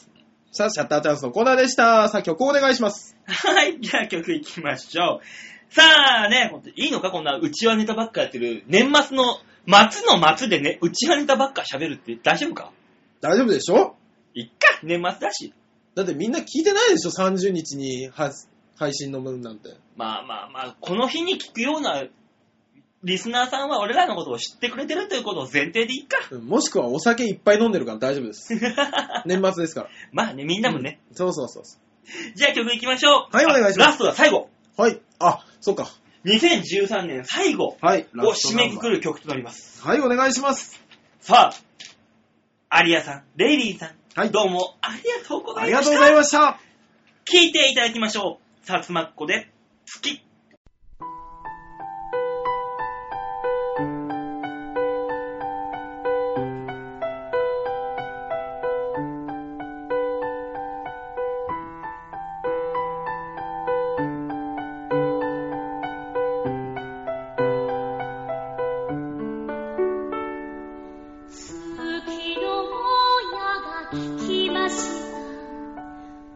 Speaker 2: さあ、シャッターチャンスのコーナーでした。さあ、曲お願いします。
Speaker 1: はい。じゃあ曲いきましょう。さあね、ほんといいのかこんな内輪ネタばっかやってる。年末の、末の末でね、内輪ネタばっか喋るって大丈夫か
Speaker 2: 大丈夫でしょ
Speaker 1: いっか、年末だし。
Speaker 2: だってみんな聞いてないでしょ ?30 日には配信の分なんて。
Speaker 1: まあまあまあ、この日に聞くようなリスナーさんは俺らのことを知ってくれてるということを前提でいいか。
Speaker 2: うんもしくはお酒いっぱい飲んでるから大丈夫です。年末ですから。
Speaker 1: まあね、みんなもね。
Speaker 2: そうそうそうそ
Speaker 1: じゃあ曲いきましょう。
Speaker 2: はいお願いし
Speaker 1: あ
Speaker 2: ます
Speaker 1: ラストだ、最後。
Speaker 2: う。はい。あ、そうか。
Speaker 1: 2013年最後
Speaker 2: はい。
Speaker 1: を締めくく
Speaker 2: る。
Speaker 1: る曲となります。
Speaker 2: はい、お願いします。
Speaker 1: さあ、アリアさん、レイリーさん、
Speaker 2: はい
Speaker 1: どうもありがとうござ
Speaker 2: あ
Speaker 1: い
Speaker 2: り
Speaker 1: まし
Speaker 2: が
Speaker 1: た。
Speaker 2: とうございました。
Speaker 1: 聞いていただきましょう。さつまっこで、好き。
Speaker 3: 月のもやが聞きまし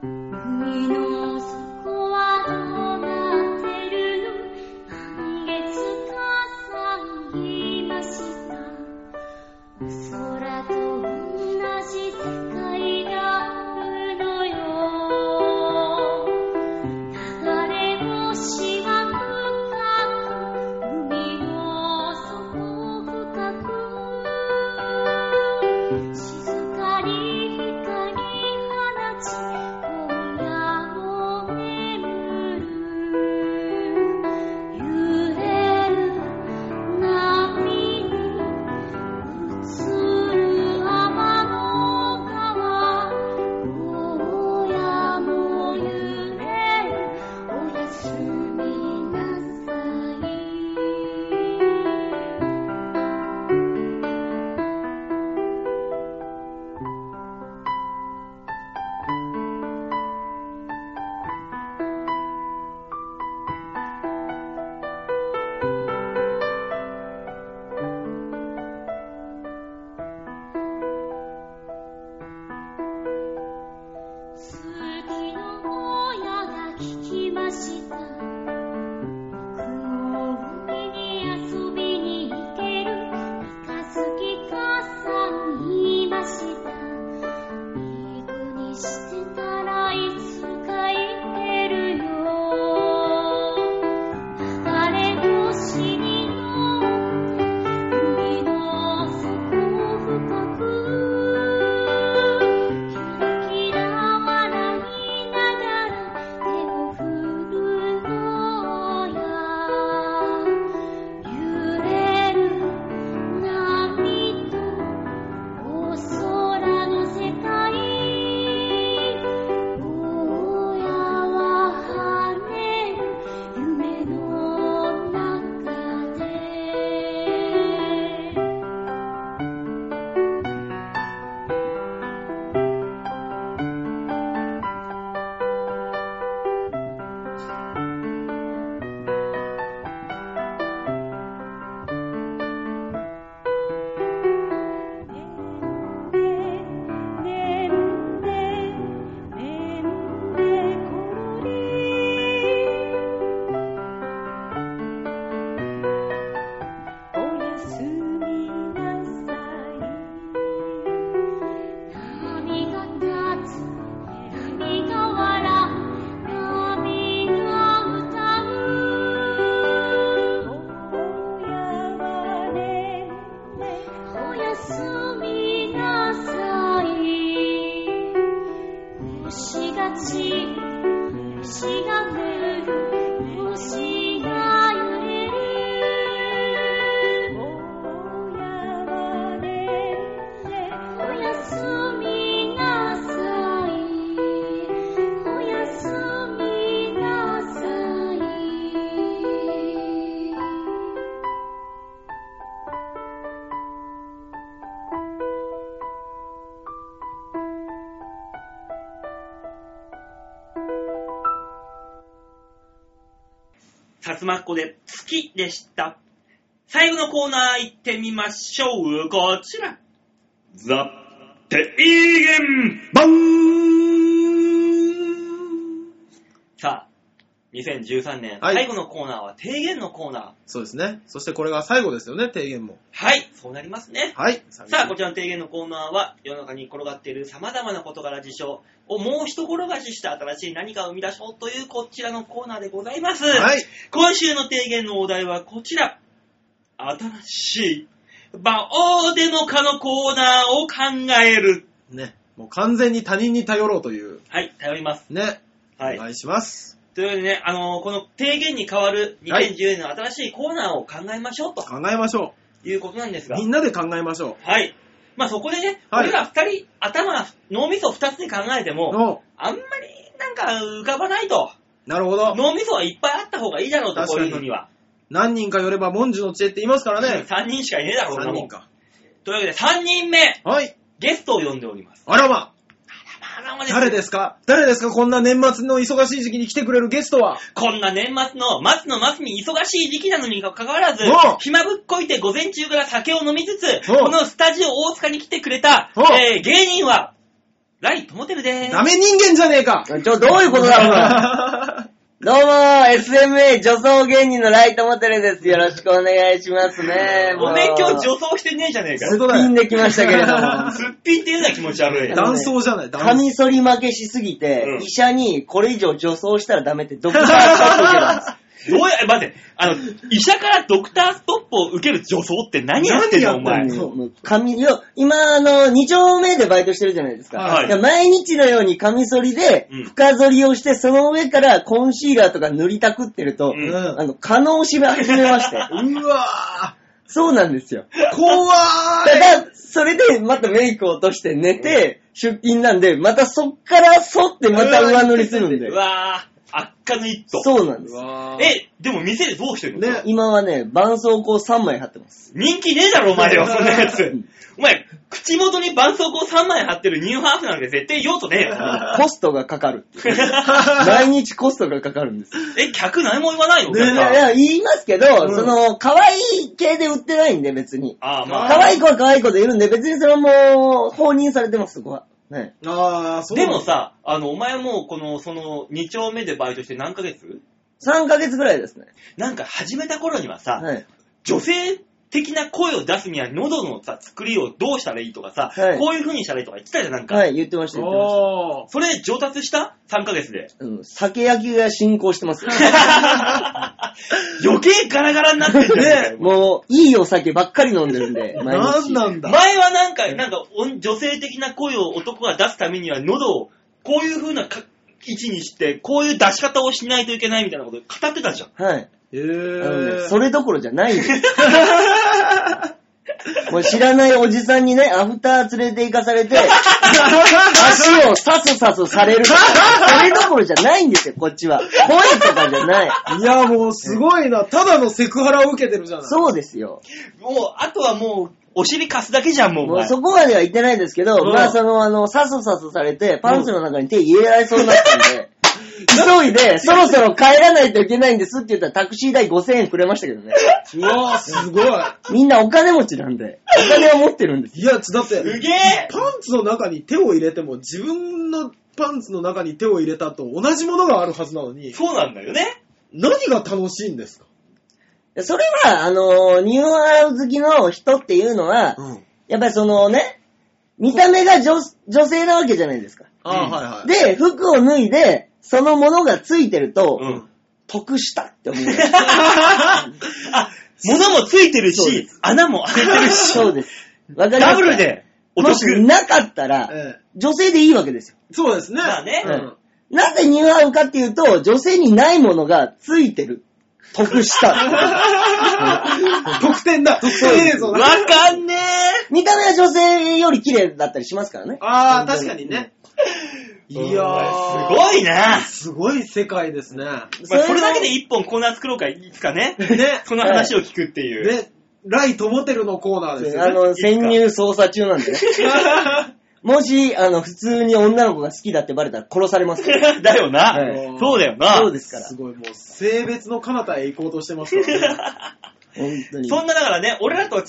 Speaker 3: た海の底はどうなってる
Speaker 1: さつまっこで月でした。最後のコーナー行ってみましょう。こちら。ザ・テイゲン
Speaker 2: バン
Speaker 1: さあ、2013年、
Speaker 2: はい
Speaker 1: 最後のコーナーは提言のコーナー。
Speaker 2: そうですね。そしてこれが最後ですよね、提言も。
Speaker 1: はい、そうなりますね。
Speaker 2: はい。
Speaker 1: さあ、こちらの提言のコーナーは、世の中に転がっている様々な事柄事象をもう一転がしして新しい何かを生み出そうというこちらのコーナーでございます。
Speaker 2: はい。
Speaker 1: 今週の提言のお題はこちら。新しい、馬王デモカのコーナーを考える。
Speaker 2: ね。もう完全に他人に頼ろうという。
Speaker 1: はい、頼ります。
Speaker 2: ね。
Speaker 1: は
Speaker 2: お
Speaker 1: い。
Speaker 2: 願いします。
Speaker 1: というわけでね、あのーこの提言に代わる
Speaker 2: はい
Speaker 1: 2010年の新しいコーナーを考えましょうと
Speaker 2: 考えましょ
Speaker 1: いうことなんです
Speaker 2: う。
Speaker 1: が
Speaker 2: み。んなで考えましょ
Speaker 1: はい。まあそこでね、
Speaker 2: はい
Speaker 1: 俺ら二人、頭、脳みそ二つに考えて
Speaker 2: う。
Speaker 1: も、
Speaker 2: お
Speaker 1: あんまりなんか浮かばないと。
Speaker 2: なるほど。
Speaker 1: 脳みそはいっぱいあった方がいいだろうと、
Speaker 2: 確
Speaker 1: こ
Speaker 2: か
Speaker 1: う
Speaker 2: に
Speaker 1: いうのには。
Speaker 2: 何人か寄れば文殊の知恵って言いますからね。
Speaker 1: 3人しかいねえだろ、こんな
Speaker 2: 3
Speaker 1: もん
Speaker 2: 人。か。
Speaker 1: というわけで、3人目、
Speaker 2: はい。
Speaker 1: ゲストを呼んでおります。
Speaker 2: あらま。
Speaker 1: あらまです
Speaker 2: 誰ですか誰ですかこんな年末の忙しい時期に来てくれるゲストは。
Speaker 1: こんな年末の末の末に忙しい時期なのにかかわらず
Speaker 2: おう、
Speaker 1: 暇ぶっこいて午前中から酒を飲みつつ、
Speaker 2: おう
Speaker 1: このスタジオ大塚に来てくれた、
Speaker 2: おう
Speaker 1: えー芸人は、ライトモテルです。
Speaker 2: ダメ人間じゃねえか
Speaker 5: ちょ、どういうことなのどうも、SMA 女装芸人のライトモテルです。よろしくお願いしますね。もう
Speaker 1: おめえ今日女装してねえじゃねえか
Speaker 5: すっぴんできましたけれ ども。
Speaker 1: すっぴんっていうのは気持ち悪い。
Speaker 5: だ
Speaker 2: 男装じゃない、
Speaker 5: カ
Speaker 2: 男装。
Speaker 5: ミソリ負けしすぎて、
Speaker 1: うん
Speaker 5: 医者にこれ以上女装したらダメってドクターストップ受けたんです。
Speaker 1: どうや、待って、あの、医者からドクターストップを受ける女装って何やってんのお
Speaker 2: 何や
Speaker 1: 前
Speaker 2: ってん。のそう
Speaker 5: もうカミよ今、あの、2丁目でバイトしてるじゃないですか。
Speaker 2: はい
Speaker 5: いや毎日のようにカミソリで
Speaker 1: うん、
Speaker 5: 深剃りをして、その上からコンシーラーとか塗りたくってると、
Speaker 1: うん
Speaker 5: あの、可能し始めまして。
Speaker 2: うわ
Speaker 5: そうなんですよ。
Speaker 2: ー怖
Speaker 5: た
Speaker 2: い
Speaker 5: だ、それでまたメイク落として寝て、出勤なんで、またそっから剃ってまた上塗りするんで
Speaker 1: う。わぁ、悪化の一途。
Speaker 5: そうなんで
Speaker 2: う
Speaker 5: す。
Speaker 2: わー
Speaker 1: え、でも店でどうしてるの、
Speaker 2: ね
Speaker 5: 今はね、絆創膏3枚貼ってます。
Speaker 1: 人気ねえだろ、お前よ、そんなやつ
Speaker 5: ん。
Speaker 1: お前、口元に絆創膏3枚貼ってるニューハーフなんて絶対用途ねえよ。
Speaker 5: コストがかかる。毎日コストがかかるんです。
Speaker 1: え、客何も言わないの、お
Speaker 2: ね
Speaker 1: 客
Speaker 5: い
Speaker 1: さん
Speaker 5: や、いや言いますけど、
Speaker 2: うん
Speaker 5: その、可愛い系で売ってないんで、別に。
Speaker 1: ああ、まあ。
Speaker 5: 可愛い子は可愛い子でいるんで、別にそれはもう、放任されてます、そこは。ね。
Speaker 2: あー、そう
Speaker 1: でも、さ、あの、お前もう、この、その、2丁目でバイトして何ヶ月
Speaker 5: 3ヶ月ぐらいですね。
Speaker 1: なんか始めた頃にはさ、
Speaker 5: はい。
Speaker 1: 女性的な声を出すには喉のさ、作りをどうしたらいいとかさ、
Speaker 5: はい
Speaker 1: こういう風にしたらいいとか言ってたじゃん、なんか。
Speaker 5: はい、言ってました、言ってまし
Speaker 2: おー
Speaker 1: それ上達した ?3 ヶ月 で。
Speaker 5: た。うん、酒焼きが進行し てますよ。
Speaker 1: 余計ガラガラになってんじゃん。もう
Speaker 5: もう、いいお酒ばっかり飲んでる んで、毎
Speaker 2: な
Speaker 5: 日。
Speaker 2: んなんだ
Speaker 1: 前はなんか、なんか、おん女性的な声を男が出すためには喉をこういう風なか位置にして、こういう出し方をしないといけないみたいなこと語ってたじゃん。
Speaker 5: はい。
Speaker 2: え
Speaker 5: あのね
Speaker 2: ー。
Speaker 5: それどころじゃない んです。もう知らないおじさんにね、アフター連れて行かされ て、足をさすさすされる。それどころじゃないんですよ、こっちは。声とかじゃない。
Speaker 2: いや、もうすごいな。ただのセクハラを受けてるじゃない。
Speaker 5: そうですよ。
Speaker 1: もう、あとはもう、お尻貸すだけじゃん、もうお
Speaker 5: も
Speaker 1: 前。
Speaker 5: うそこまでは言ってないですけど、
Speaker 2: うん
Speaker 5: まあその、あの、さすさすされて、パンツの中に手入れられそうになったん で、急いで、そろそろ帰らないといけないんですって言ったらタクシー代5000円くれましたけどね。
Speaker 2: うわー、すごい。
Speaker 5: みんなお金持ちなんで、お金を持ってるんです。
Speaker 2: いや、ちだって、
Speaker 1: すげえ
Speaker 2: パンツの中に手を入れても、自分のパンツの中に手を入れたと同じものがあるはずなのに、
Speaker 1: そうなんだよね。
Speaker 2: 何が楽しいんですか
Speaker 5: それは、あの、ニューアウ好きの人っていうのは、
Speaker 2: うん。
Speaker 5: やっぱりそのね、見た目が女女性なわけじゃないですか。
Speaker 2: あ
Speaker 1: うん
Speaker 2: ー、はいはい。
Speaker 5: で、服を脱いで、そのものがついてると、
Speaker 1: うん。
Speaker 5: 得したって思う。
Speaker 1: あ、 物もついてる
Speaker 5: そうで
Speaker 1: し、穴も開いてるし。
Speaker 5: そうです。わかります
Speaker 1: ダ
Speaker 5: か
Speaker 1: ブルでお
Speaker 5: も
Speaker 1: 得。
Speaker 5: しなかったら、
Speaker 2: ええ
Speaker 5: 女性でいいわけですよ。
Speaker 2: そうですね。
Speaker 1: まあね
Speaker 2: うん
Speaker 5: なぜニューアウかっていうと、女性にないものがついてる。得した。
Speaker 2: 得点だ得点映像
Speaker 1: わ
Speaker 2: だ。
Speaker 1: かんね
Speaker 5: 見た目は女性より綺麗だったりしますからね。
Speaker 2: あー、確かにね。
Speaker 1: え。
Speaker 2: いや
Speaker 1: お
Speaker 2: ー、
Speaker 1: 前すごいな。
Speaker 2: すごい世界ですね。
Speaker 1: まあ、それ
Speaker 5: は
Speaker 1: だけで一本コーナー作ろうか、いつか ね。
Speaker 2: ね。
Speaker 1: その話を聞くっていう。
Speaker 2: ね、ライトモテルのコーナーですよ
Speaker 5: あ
Speaker 2: ね。
Speaker 5: の、潜入捜査中なんでね。もし、あの、普通に女の子が好きだってバレたら殺されます から。
Speaker 1: だよな、
Speaker 5: はい
Speaker 1: そうだよな。
Speaker 5: そうですから。
Speaker 2: すごい、もう、性別の彼方へ行こうとしてますから ね。
Speaker 5: 本当に。
Speaker 1: そんなだからね、俺らとは違う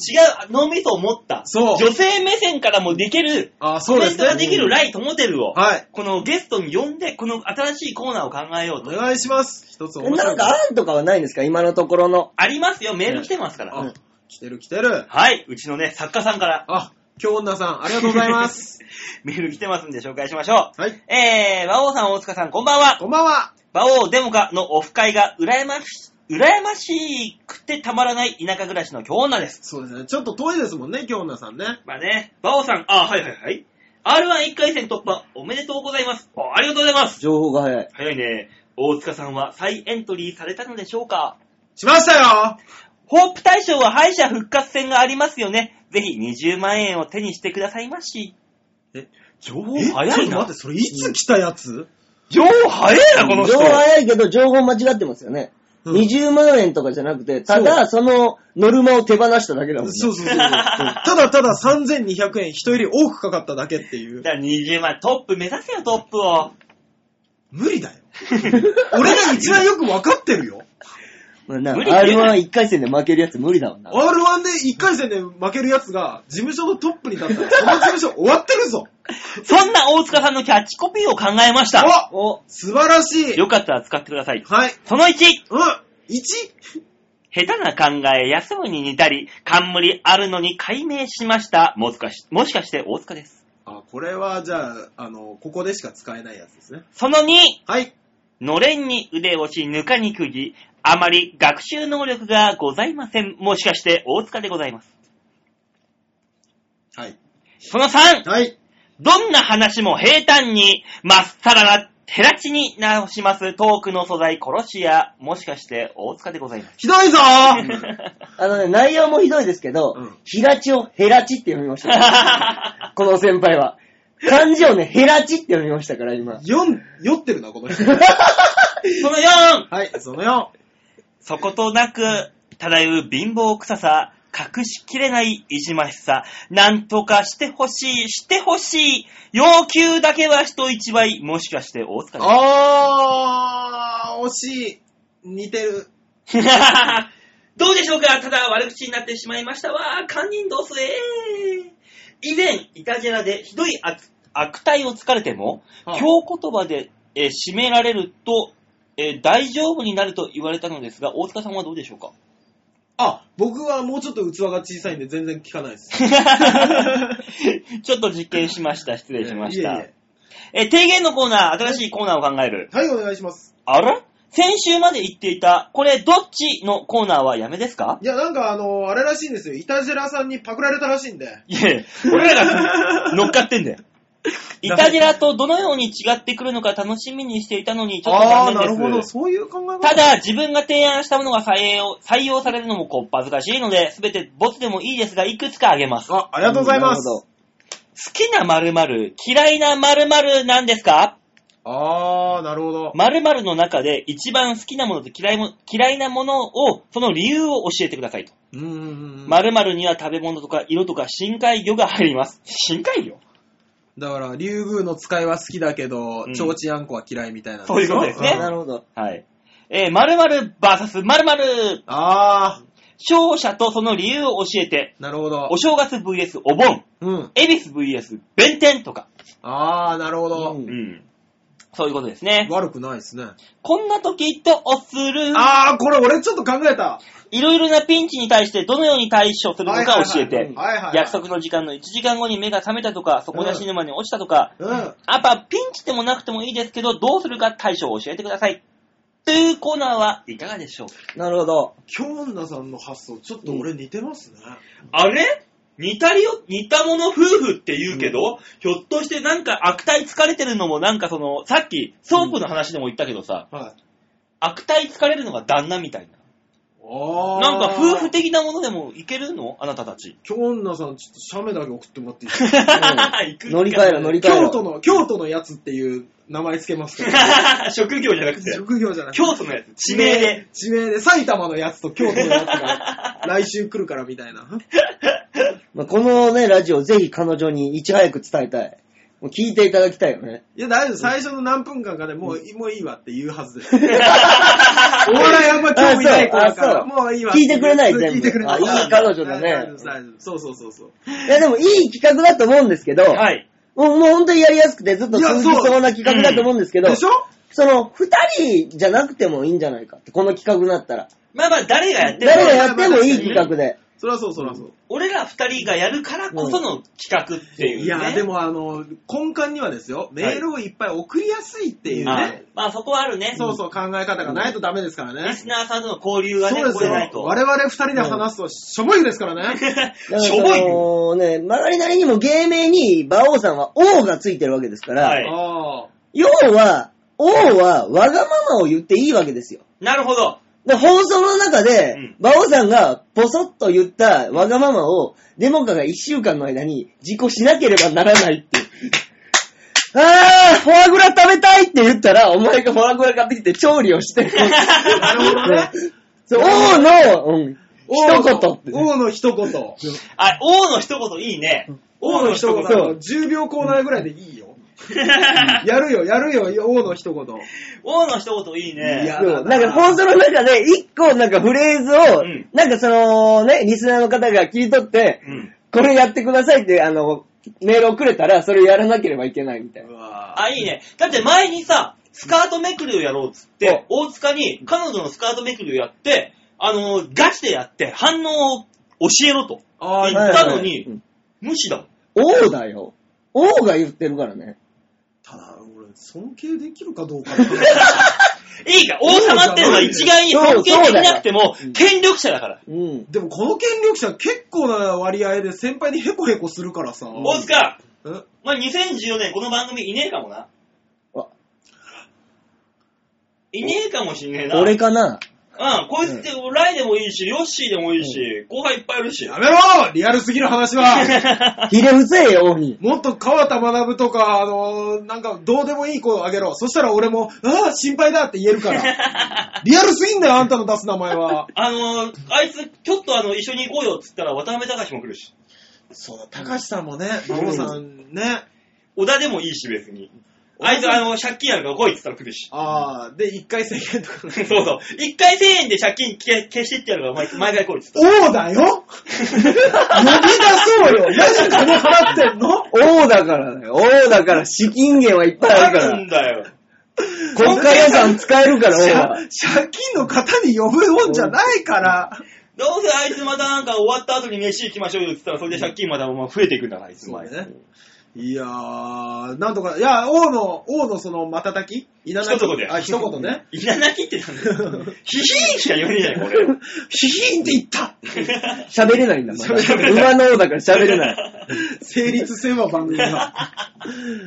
Speaker 1: 脳みそを持った、
Speaker 2: そう
Speaker 1: 女性目線からもできる、
Speaker 2: あ、
Speaker 1: コ
Speaker 2: そうで
Speaker 1: メン
Speaker 2: す
Speaker 1: ト
Speaker 2: ね。
Speaker 1: ができるライトモテルを、
Speaker 2: はい。
Speaker 1: このゲストに呼んで、この新しいコーナーを考えよう
Speaker 2: お
Speaker 1: と。
Speaker 2: 願いします。一つ面白
Speaker 5: ないんか案とかはないんですか今のところの。
Speaker 1: ありますよ、メール来てますから。
Speaker 2: あ、来てる来てる。
Speaker 1: はい、うちのね、作家さんから
Speaker 2: あ、京女さん、ありがとうござい ます。
Speaker 1: メール来てますんで紹介しましょ
Speaker 2: はい。
Speaker 1: う。えー、馬王さん、大塚さん、こんばんは。
Speaker 2: こんばんは。
Speaker 1: 馬王デモカのオフ会が羨まし、羨ましくてたまらない田舎暮らしの京女です。
Speaker 2: そうですね。ちょっと遠いですもんね、京女さんね。
Speaker 1: まあね、馬王さん、あ、はいはいはい。R11 回戦突破、おめでとうございます。あありがとうございます。
Speaker 5: 情報が早い。
Speaker 1: 早いね。大塚さんは再エントリーされたのでしょうか
Speaker 2: しましたよ
Speaker 1: ホープ大賞は敗者復活戦がありますよね。ぜひ20万円を手にしてくださいまし。
Speaker 2: え、
Speaker 1: 情報
Speaker 2: え、ちょっ
Speaker 1: 早い
Speaker 2: と
Speaker 1: な
Speaker 2: 待って、。それいつ来たやつ
Speaker 1: 情報早い な、この人
Speaker 5: 情。報早いけど、情報間違ってますよね。
Speaker 2: うん
Speaker 5: 20万円とかじゃなくて、ただ、そのノルマを手放しただけだもんね。
Speaker 2: そうそうそうそう。ただただ3200円、人より多くかかっただけっていう。
Speaker 1: だから20万、トップ目指せよ、トップを。
Speaker 2: 無理だよ。 俺が一番よく分かってるよ。
Speaker 5: まあな
Speaker 1: 無理って言うな
Speaker 5: R11 回戦で負けるやつ無理だもんな。
Speaker 2: R1 で1回戦で負けるやつが、事務所のトップに立ったら、その事務所終わってるぞ。
Speaker 1: そんな大塚さんのキャッチコピーを考えました。
Speaker 2: お素晴らしい。
Speaker 1: よかったら使ってください。
Speaker 2: はい。
Speaker 1: その1、下
Speaker 2: うん。1?
Speaker 1: 手な考え、休むに似たり、冠あるのに解明しました。もしかしもしかして大塚です。
Speaker 2: あ、これはじゃあ、あの、ここでしか使えないやつですね。
Speaker 1: その2、
Speaker 2: はい。
Speaker 1: のれんに腕をし、ぬかに釘。あまり学習能力がございません。もしかして大塚でございます。
Speaker 2: はい。
Speaker 1: その3、
Speaker 2: はい。
Speaker 1: どんな話も平坦に、まっさらな、ヘラチに直します。トークの素材、殺し屋。もしかして大塚でございます。
Speaker 2: ひど いぞー
Speaker 5: あのね、内容もひどいですけど
Speaker 2: うん、
Speaker 5: ひらちをヘラチって読みました。 この先輩は。漢字をね、ヘラチって読みましたから、今。
Speaker 2: よん、酔ってるな、この人。
Speaker 1: その 4!
Speaker 2: はい、その4。
Speaker 1: そことなく漂う貧乏臭さ、隠しきれないいじましさ、なんとかしてほしい、してほしい、要求だけは人一倍、もしかして大塚で
Speaker 2: あー、惜しい。似てる。
Speaker 1: す どうでしょうかただ悪口になってしまいましたわ。堪忍どうすえ以前、イタジェラでひどい悪悪態をつかれても、
Speaker 2: はあ
Speaker 1: 強言葉で、えー締められると、えー大丈夫になると言われたのですが、大塚さんはどうでしょうか
Speaker 2: あ、僕はもうちょっと器が小さいんで全然効かないです。
Speaker 1: ちょっと実験しました。失礼しました。
Speaker 2: いえい
Speaker 1: え、提言のコーナー、新しいコーナーを考える。
Speaker 2: えはい、お願いします。
Speaker 1: あれ先週まで言っていた、これどっちのコーナーはやめですか
Speaker 2: いや、なんかあのあれらしいんですよ。イタジェラさんにパクられたらしいんで。
Speaker 1: いえ、俺 らが乗っか ってんだよ。イタジェラとどのように違ってくるのか楽しみにしていたのに、ちょっと
Speaker 2: あ
Speaker 1: 残
Speaker 2: ー、なるほ
Speaker 1: 念
Speaker 2: ど。
Speaker 1: です。
Speaker 2: そういう考え方。
Speaker 1: ただ、自分が提案したものが採用採用されるのもこっぱずかしいので、すべてボツでもいいですが、いくつかあげます。好
Speaker 2: あ、ありがとうございます。
Speaker 5: なるほど
Speaker 1: きな〇〇、嫌いな〇〇なんですか
Speaker 2: あー、なるほど。
Speaker 1: 〇〇の中で一番好きなものと嫌いも嫌いなものを、その理由を教えてくださいと。
Speaker 2: うーん。
Speaker 1: 〇〇には食べ物とか色とか深海魚が入ります。深海魚
Speaker 2: だから、竜宮の使いは好きだけど
Speaker 1: うん、
Speaker 2: ちょうちあんこは嫌いみたいな。
Speaker 1: そういうことですね
Speaker 2: ん
Speaker 5: なるほど。
Speaker 1: はい。えー、〇〇 VS 〇〇
Speaker 2: あ
Speaker 1: 勝者とその理由を教えて、
Speaker 2: ー、なるほど
Speaker 1: お。正月 VS お盆、
Speaker 2: うん。
Speaker 1: 恵比寿 VS 弁天とか。
Speaker 2: あー、なるほど。
Speaker 5: うん
Speaker 1: ん。そういうことですね。
Speaker 2: 悪くないですね。
Speaker 1: こんな時とおする。
Speaker 2: あー、これ俺ちょっと考えた。
Speaker 1: いろいろなピンチに対してどのように対処するのか教えて。
Speaker 2: はいはいはいはいはい
Speaker 1: 約束の時間の1時間後に目が覚めたとか、そこが死ぬまでに落ちたとか、
Speaker 2: うん。あ
Speaker 1: あとはピンチでもなくてもいいですけど、どうするか対処を教えてください。というコーナーはいかがでしょうか
Speaker 5: なるほど。
Speaker 2: 京女さんの発想、ちょっと俺似てますね。
Speaker 1: あれ似たりよ、似たもの夫婦って言うけど、ひょっとしてなんか悪態疲れてるのもなんかその、さっきソープの話でも言ったけどさ、
Speaker 2: はい。
Speaker 1: 悪態疲れるのが旦那みたいな。
Speaker 2: あー。
Speaker 1: なんか夫婦的なものでもいけるのあなたたち。
Speaker 2: 京女さん、ちょっと写メだけ送ってもらってい いですか
Speaker 1: 行くんか
Speaker 5: 乗り換えろ、乗り換え
Speaker 2: 京
Speaker 5: ろ。
Speaker 2: 都の、京都のやつっていう名前つけますけど。
Speaker 1: 職業じゃなくて、
Speaker 2: 職業じゃなくて。
Speaker 1: 京都のやつ、地名で。。
Speaker 2: 地名で、埼玉のやつと京都のやつが来週来るからみたいな。
Speaker 5: まあこのね、ラジオぜひ彼女にいち早く伝えたい。もう聞いていただきたいよね。
Speaker 2: いや、大丈夫。最初の何分間かでもう、もういいわって言うはずです。お笑いあんま興味ない子だか
Speaker 5: あそ
Speaker 2: ら、
Speaker 5: う
Speaker 2: もういいわ。
Speaker 5: 聞いてくれない全部
Speaker 2: 聞いてくれな
Speaker 5: あいい彼女だね
Speaker 2: 大丈夫です大丈夫ですそうそうそうそう。
Speaker 5: いや、でもいい企画だと思うんですけど、
Speaker 1: はい。
Speaker 5: もうもう本当にやりやすくてずっと
Speaker 2: いや
Speaker 5: 続きそうな企画だと思うんですけど、
Speaker 2: でしょ
Speaker 5: その、二人じゃなくてもいいんじゃないかって、この企画だったら。
Speaker 1: まあまあ、誰がやっても
Speaker 5: 誰がやってもいい企画で。
Speaker 2: そりゃそうそりゃそう。
Speaker 1: 俺ら二人がやるからこその企画っていう、ね。
Speaker 2: いや、でもあの、根幹にはですよ、メールをいっぱい送りやすいっていう
Speaker 1: あ
Speaker 2: ね、
Speaker 1: まあそこはあるね。
Speaker 2: そうそう考え方がないとダメですから
Speaker 1: リ
Speaker 2: ね。
Speaker 1: スナーさんとの交流がね、
Speaker 2: そうで
Speaker 1: こ
Speaker 2: す
Speaker 1: れ
Speaker 2: よ
Speaker 1: ない。と。
Speaker 2: 我々二人で話すと、しょぼいですから ね。
Speaker 5: だから
Speaker 1: しょぼい
Speaker 5: そ
Speaker 1: よ。
Speaker 5: のね、曲がりなりにも芸名に、馬王さんは王がついてるわけですから、
Speaker 1: はい
Speaker 2: ああ。
Speaker 5: 要は、王はわがままを言っていいわけですよ。
Speaker 1: なるほど。
Speaker 5: で放送の中で
Speaker 1: うん、
Speaker 5: 馬王さんがポソッと言ったわがままを、デモカが一週間の間に実行しなければならないっていう。あー、フォアグラ食べたいって言ったら、お前がフォアグラ買ってきて調理をしてる。
Speaker 2: なるほどね。
Speaker 5: そう王の、うん、 一言って、ね。
Speaker 2: 王の一言。
Speaker 1: あ、王の一言いいね。
Speaker 2: 王の一言。
Speaker 5: そう
Speaker 2: 10秒コーナーぐらいでいいよ。やるよ、やるよ、王の一言。
Speaker 1: 王の一言いいね。
Speaker 2: いや
Speaker 5: そうなんか放送の中で一個なんかフレーズを、
Speaker 1: うん
Speaker 5: なんかそのね、リスナーの方が切り取って、
Speaker 1: うん。
Speaker 5: これやってくださいって、あの、メールをくれたら、それをやらなければいけないみたいな。
Speaker 2: あ
Speaker 1: あ、いいね。だって前にさ、スカートめくりをやろうっつって、大塚に彼女のスカートめくりをやって、あの、ガチでやって反応を教えろと。
Speaker 2: あー
Speaker 1: 言ったの
Speaker 5: はいはいはいう
Speaker 1: に
Speaker 5: ん、
Speaker 1: 無視だもん。
Speaker 5: 王だよ。王が言ってるからね。
Speaker 2: ただ、俺、尊敬できるかどうか。
Speaker 1: いいか、王様ってのは一概に尊敬できなくても
Speaker 5: そうそう、だ
Speaker 1: 権力者だから。
Speaker 5: うん。
Speaker 2: でも、この権力者、結構な割合で先輩にヘコヘコするからさ。
Speaker 1: 大塚、
Speaker 2: え
Speaker 1: まあ、2014年この番組いねえかもな
Speaker 5: あ。
Speaker 1: いねえかもしんねえな。
Speaker 5: 俺かな
Speaker 1: うん、こいつって、ライでもいいし、ヨッシーでもいいし、後輩いっぱいいるし。
Speaker 2: やめろリアルすぎる話は
Speaker 5: ひれ伏せよ、王に。
Speaker 2: もっと川田学とか、あのーなんか、どうでもいい子をあげろ。そしたら俺も、ああ、心配だって言えるから。リアルすぎんだよ、あんたの出す名前は。
Speaker 1: あのー、あいつ、ちょっとあの、一緒に行こうよっつったら、渡辺隆も来るし。
Speaker 2: そうだ、高橋さんもね、馬王さんね。
Speaker 1: 小田でもいいし、別に。あいつ、あの、借金あるから来いっつったら来るし。
Speaker 2: ああ、で、一回制限とか
Speaker 1: そうそう。一回1000円で借金消消してってやるから、毎毎回来いっつった。
Speaker 2: 王だよ呼び出そうよ何で金払ってんの
Speaker 5: 王だからね。王だから、資金源はいっぱいあ
Speaker 1: あ
Speaker 5: るか
Speaker 1: る
Speaker 5: ら
Speaker 1: ん。だよ。
Speaker 5: 国家予算使えるから、王
Speaker 2: 借
Speaker 5: は。
Speaker 2: 借金の方に呼ぶもんじゃないから。
Speaker 1: どうせあいつまたなんか終わった後に飯行きましょうよっつったら、それで借金またまあ増えていくんだから、あいつ前。
Speaker 2: いやー、なんとか、いや、王の、王のその瞬き一
Speaker 1: 一言で
Speaker 2: あ、一言 ね。
Speaker 1: いらなきってなんだよ。ヒヒーンしか言わねえじゃん、こ れ。
Speaker 2: ヒヒーンって言った
Speaker 5: 喋れないんだ、まだ。馬の王だから喋れない。
Speaker 2: 成立せんわ、番組が。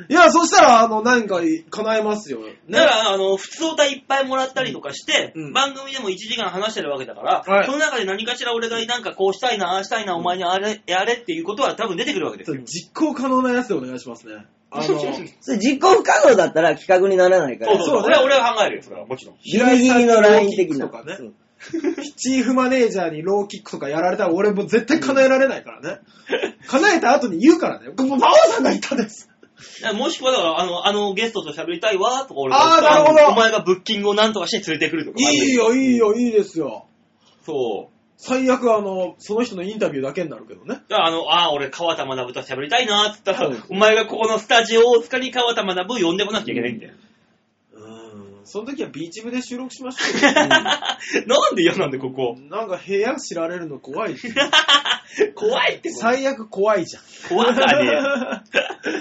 Speaker 2: いや、そしたら、あの、何か叶えますよ。
Speaker 1: だから、あの、普通歌いっぱいもらったりとかして、
Speaker 2: うん
Speaker 1: 番組でも1時間話してるわけだから、
Speaker 2: はい
Speaker 1: その中で何かしら俺がなんかこうしたいな、ああしたいな、お前にあれ、やれっていうことは多分出てくるわけですよ。
Speaker 2: 実行可能なやつでお願いしますね。あ の、
Speaker 5: それ実行不可能だったら企画にならないか
Speaker 1: そう
Speaker 5: ら。
Speaker 1: そう
Speaker 2: そうね
Speaker 1: それは俺が考えるよ、それはもちろん。
Speaker 5: ギリギリのライン的
Speaker 2: と
Speaker 5: な。
Speaker 2: かね
Speaker 5: そう
Speaker 2: チーフマネージャーにローキックとかやられたら俺もう絶対叶えられないからね。叶えた後に言うからね。もう馬王さんが言ったんです。
Speaker 1: だからもしくはだから、あの、あのゲストと喋りたいわ、とか俺
Speaker 2: あーなるほど
Speaker 1: お前がブッキングをなんとかして連れてくるとか。
Speaker 2: いいよ、いいよ、いいですよ。
Speaker 1: そう。
Speaker 2: 最悪あの、その人のインタビューだけになるけどね。
Speaker 1: だからあの、ああ、俺川田学と喋りたいな、っつったら、
Speaker 5: そうそう
Speaker 1: お前がここのスタジオ大塚に川田学呼んでこなきゃいけないんだよ。
Speaker 2: うーん。その時はビーチ部で収録しましょうよ
Speaker 1: なんで嫌なんで、ここ。
Speaker 2: なんか部屋知られるの怖いし。
Speaker 1: 怖いって、これ
Speaker 2: 最悪怖いじゃん。
Speaker 1: 怖くはね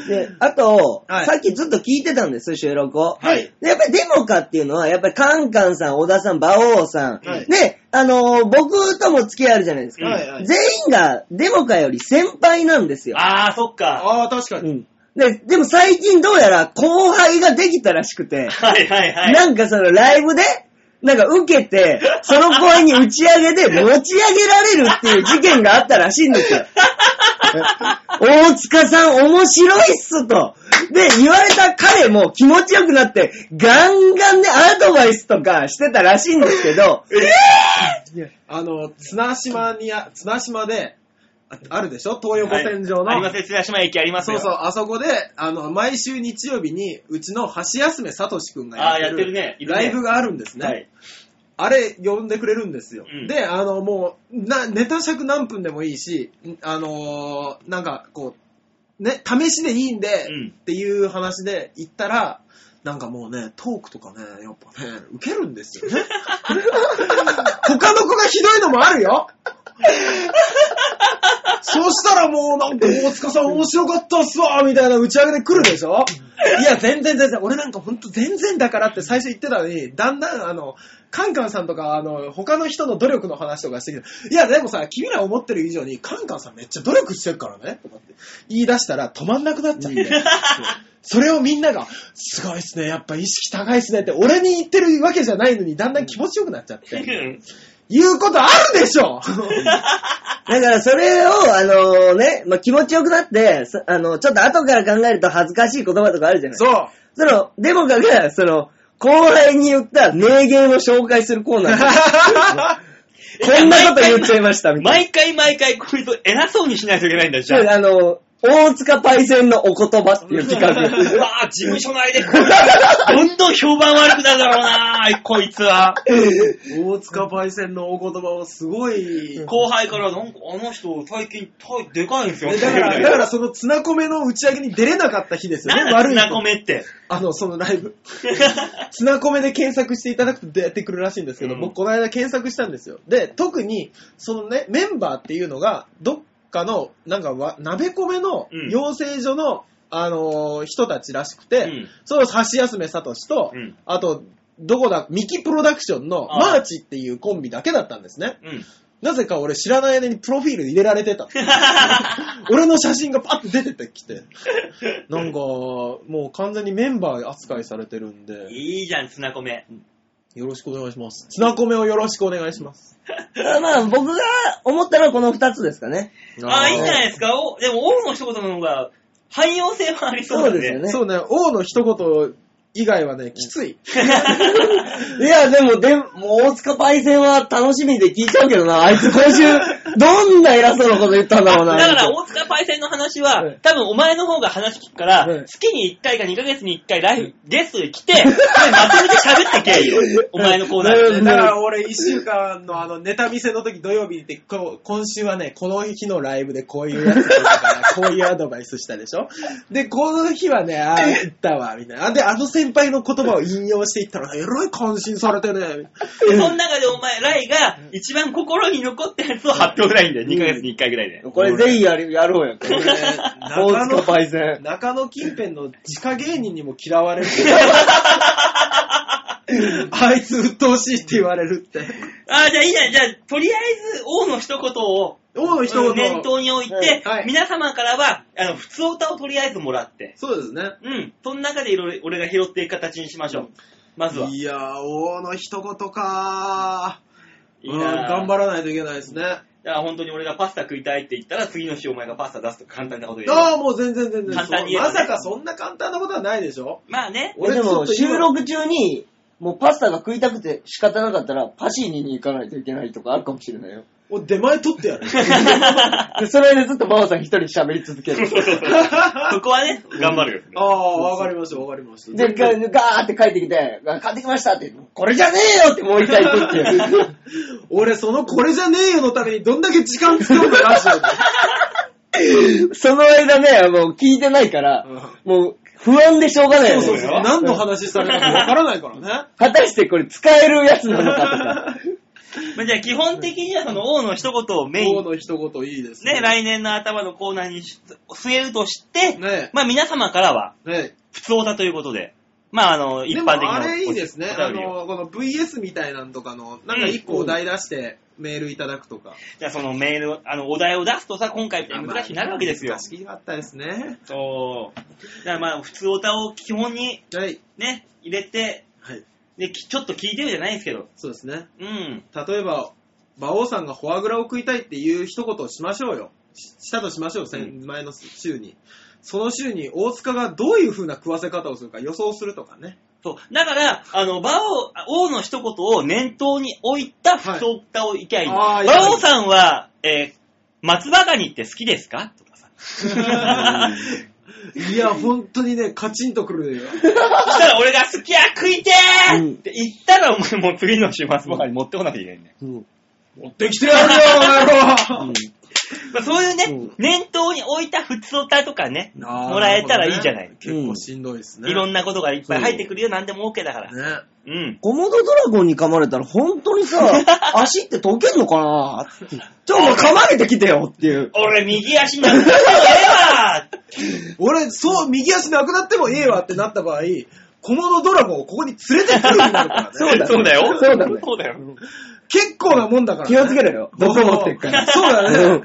Speaker 1: えよ。
Speaker 5: で、あと、
Speaker 2: はい
Speaker 5: さっきずっと聞いてたんですよ、収録を。
Speaker 2: はい。
Speaker 5: でやっぱりデモカっていうのは、やっぱりカンカンさん、小田さん、馬王さん、
Speaker 2: はい
Speaker 5: で、あのー僕とも付き合いあるじゃないですか。
Speaker 2: はいはい
Speaker 5: 全員がデモカより先輩なんですよ。
Speaker 1: ああ、そっか。
Speaker 2: ああ、確か
Speaker 5: う
Speaker 2: に。
Speaker 5: ん、ででも最近どうやら後輩ができたらしくて、
Speaker 1: はいはいはい。
Speaker 5: なんかそのライブで、なんか受けて、その後輩に打ち上げで持ち上げられるっていう事件があったらしいんですよ。大塚さん面白いっすと。で、言われた彼も気持ちよくなって、ガンガンでアドバイスとかしてたらしいんですけど、
Speaker 2: あの、綱島にあ、綱島で、ああるでしょ東横線上の。
Speaker 1: はいありますね、津島駅あります
Speaker 2: そう
Speaker 1: よ。
Speaker 2: そう、あそこで、あの、毎週日曜日に、うちの橋休めさとしくんが
Speaker 1: あーやってるねいるね
Speaker 2: ライブがあるんですね。
Speaker 1: はい。
Speaker 2: あれ、呼んでくれるんですよ。
Speaker 1: うん
Speaker 2: で、あの、もう、な、ネタ尺何分でもいいし、んあのーなんか、こう、ね、試しでいいんで、
Speaker 1: うん
Speaker 2: っていう話で行ったら、なんかもうね、トークとかね、やっぱね、ウケるんで すよね。他の子がひどいのもあるよそうしたらもうなんか大塚さん面白かったっすわみたいな打ち上げで来るでしょいや、全然全然。俺なんかほんと全然だからって最初言ってたのに、だんだんあの、カンカンさんとかあの、他の人の努力の話とかしてきて、いや、でもさ、君ら思ってる以上にカンカンさんめっちゃ努力してるからねとかって言い出したら止まんなくなっちゃって。それをみんなが、すごいっすね、やっぱ意識高いっすねって、俺に言ってるわけじゃないのに、だんだん気持ちよくなっちゃって。言うことあるでしょ
Speaker 5: だからそれを、あのね、まあ、気持ちよくなって、そあの、ちょっと後から考えると恥ずかしい言葉とかあるじゃ ない
Speaker 2: そう。
Speaker 5: その、デモカが、その、後輩に言った名言を紹介するコー ナー。こんなこと言っちゃいました、みたい
Speaker 1: 毎回毎回、こいつ偉そうにしないといけないんだよ、じゃあ。
Speaker 5: な。あの、大塚パイセンのお言葉っていう企
Speaker 1: う
Speaker 5: 画。
Speaker 1: わぁ、事務所内でこれ、どんどん評判悪くなるだろうなぁ、こいつは。
Speaker 2: 大塚パイセンのお言葉をすごい、
Speaker 1: 後輩から、なんか、あの人、最近、体でかいんですよ。
Speaker 2: えだから、だからそのツナコメの打ち上げに出れなかった日ですよ
Speaker 1: な
Speaker 2: ね、
Speaker 1: んだ、
Speaker 2: 悪
Speaker 1: ツ
Speaker 2: い
Speaker 1: ナ
Speaker 2: と
Speaker 1: コ。メって。
Speaker 2: あの、そのライブ。ツナコメで検索していただくと出てくるらしいんですけど、
Speaker 1: うん
Speaker 2: 僕この間検索したんですよ。で、特に、そのね、メンバーっていうのが、どっかの、なんかわ、鍋米の
Speaker 1: うん
Speaker 2: 養成所の、あのー人たちらしくて、
Speaker 1: うん
Speaker 2: その橋休めさとしと、
Speaker 1: うん
Speaker 2: あと、どこだ、ミキプロダクションの
Speaker 1: あ
Speaker 2: マーチっていうコンビだけだったんですね。
Speaker 1: うん。
Speaker 2: なぜか俺知らない間にプロフィール入れられ てた。俺の写真がパッと出てきて。なんか、もう完全にメンバー扱いされてるんで、
Speaker 1: いいじゃん、ツナコメ。
Speaker 2: よろしくお願いします。ツナコメをよろしくお願いします。
Speaker 5: まあ、僕が思ったのはこの二つですかね。
Speaker 1: ああ、いいんじゃない
Speaker 2: い
Speaker 1: ですか。おでも、王の一言の方が、汎用性はありそう
Speaker 5: そ
Speaker 1: だ
Speaker 5: う
Speaker 1: ね。
Speaker 5: ですよね。
Speaker 2: そうね、王の一言以外はね、きつい。
Speaker 5: いや、でも、でも、大塚パイセンは楽しみで聞いちゃうけどな。あいつ今週、どんな偉そうなこと言ったんだろうな。
Speaker 1: だから、大塚パイセンの話は、
Speaker 2: うん
Speaker 1: 多分お前の方が話聞くから、
Speaker 2: うん
Speaker 1: 月に1回か2ヶ月に1回ライブ、ゲストに来て、それまとめて喋ってけよ。お前のコーナー
Speaker 5: う
Speaker 1: で
Speaker 5: ん。
Speaker 2: だから俺一週間のあのネタ見せの時土曜日に行ってこう今週はね、この日のライブでこういうやつだった から、こういうアドバイスしたでしょで、この日はね、ああ、言ったわ、みたいな。で、あの先輩の言葉を引用していったら、えらい感心されて ね。
Speaker 1: でその中でお前、ライが一番心に残ったやつを発表ぐらいんだよ。2ヶ月に1回ぐらいで。
Speaker 5: これぜひやりやろうよ。
Speaker 2: 俺ね
Speaker 5: 大塚パイセン。
Speaker 2: 中野近辺の地下芸人にも嫌われる。 あいつ鬱陶しいって言われるって。
Speaker 1: ああ、じゃあいいじゃん。じゃあ、とりあえず、王の一言を、
Speaker 2: 王の一言。
Speaker 1: 念頭に置いて、
Speaker 2: はい
Speaker 1: 皆様からは、あの、普通歌をとりあえずもらって。
Speaker 2: そうですね。
Speaker 1: うん。その中でいろいろ俺が拾っていく形にしましょう。まずは。
Speaker 2: いやー、王の一言かー。うん、頑
Speaker 1: る。
Speaker 2: 張らないといけないですね。あ
Speaker 1: だから本当に俺がパスタ食いたいって言ったら、次の日お前がパスタ出すとか簡単なこと言う。
Speaker 2: あー、もう全然全然。
Speaker 1: 簡単に言えば
Speaker 2: ま
Speaker 1: ね
Speaker 2: さかそんな簡単なことはないでしょ
Speaker 1: まあ ね。
Speaker 5: 俺でも
Speaker 2: ずっと今
Speaker 5: 収録中に、もうパスタが食いたくて仕方なかったら、パシーニに行かないといけないとかあるかもしれ ないよ。
Speaker 2: 俺、出前取っ てやる。
Speaker 5: で、それでずっとバオさん一人喋り続ける。
Speaker 1: そこはね、頑張る
Speaker 2: あ
Speaker 1: よ。
Speaker 2: あ、わかりました、わかりました。
Speaker 5: で、ガガーって帰ってきて、買ってきましたって、これじゃねえよってもう一回行くって いう。
Speaker 2: 俺、そのこれじゃねえよのためにどんだけ時間使うんだ、ラジオで。
Speaker 5: その間ね、もう聞いてないから、
Speaker 2: う
Speaker 5: もう不安でしょうがないよね
Speaker 2: そうそうそう。何の話されたかわからないからね。
Speaker 5: 果たしてこれ使えるやつなのかとか。
Speaker 1: まあじゃあ基本的にはその王の一言をメイ
Speaker 2: 王
Speaker 1: ン
Speaker 2: の一言いいです
Speaker 1: ね、来年の頭のコーナーにし据えるとして、
Speaker 2: ね
Speaker 1: まあ皆様からは、
Speaker 2: ね
Speaker 1: 普通歌ということで、まああの、一
Speaker 2: でも
Speaker 1: 般的な
Speaker 2: あれいいですね。
Speaker 1: お
Speaker 2: あ
Speaker 1: 便りを
Speaker 2: の、この VS みたいなんとかの、なんか一個お題出してメールいただくとか。
Speaker 1: じゃあそのメールを、あの、お題を出すとさ、今回みたいに難しくなるわけですよ
Speaker 2: 難。しかったですね。
Speaker 1: そう。だからまあ、普通歌を基本に
Speaker 2: はい。
Speaker 1: ね、入れて、
Speaker 2: はい。
Speaker 1: で、きちょっと聞いてるじゃないですけど、
Speaker 2: そうですね。
Speaker 1: うん。
Speaker 2: 例えば、馬王さんがフォアグラを食いたいっていう一言をしましょうよ。ししたとしましょう、先前の週に。その週に大塚がどういう風な食わせ方をするか予想するとかね。
Speaker 1: そう。だから、あの、馬王、王の一言を念頭に置いた普通歌をいきゃいい。
Speaker 2: はいあー
Speaker 1: 馬王さんは、えー松葉ガニって好きですか とかさ。
Speaker 2: いや、本当にね、カチンとくるよ。
Speaker 1: そしたら俺がすき焼食いて
Speaker 5: う
Speaker 1: ー
Speaker 5: ん
Speaker 1: って言ったら、お前もう次の週松葉ガニ持ってこなきゃいけないんだよ。
Speaker 5: うん。
Speaker 2: 持ってきてやるよ、お前
Speaker 5: う ん
Speaker 2: も。
Speaker 1: まあ、そういうね、
Speaker 5: うん
Speaker 1: 念頭に置いた普通歌とかね、
Speaker 2: あー
Speaker 1: もらえたらいいじゃない
Speaker 2: 結構しんどいですね。
Speaker 1: いろんなことがいっぱい入ってくるよ、なんでも OK だから。
Speaker 2: ね。
Speaker 1: うん。
Speaker 5: コモドドラゴンに噛まれたら本当に さ、足って溶けんのかなってちょ、もう噛まれてきてよっていう。
Speaker 1: 俺、右足になったら、え
Speaker 2: 俺、そう、右足なくなってもええわってなった場合、小物ドラゴンをここに連れてくるようになるからね。
Speaker 5: そう
Speaker 1: えわ
Speaker 5: だね
Speaker 1: そうだよ。
Speaker 5: そうだね
Speaker 1: そうだよ。
Speaker 2: 結構なもんだから、
Speaker 5: 気をつけろよ。どこ持ってっから。
Speaker 2: そうだね。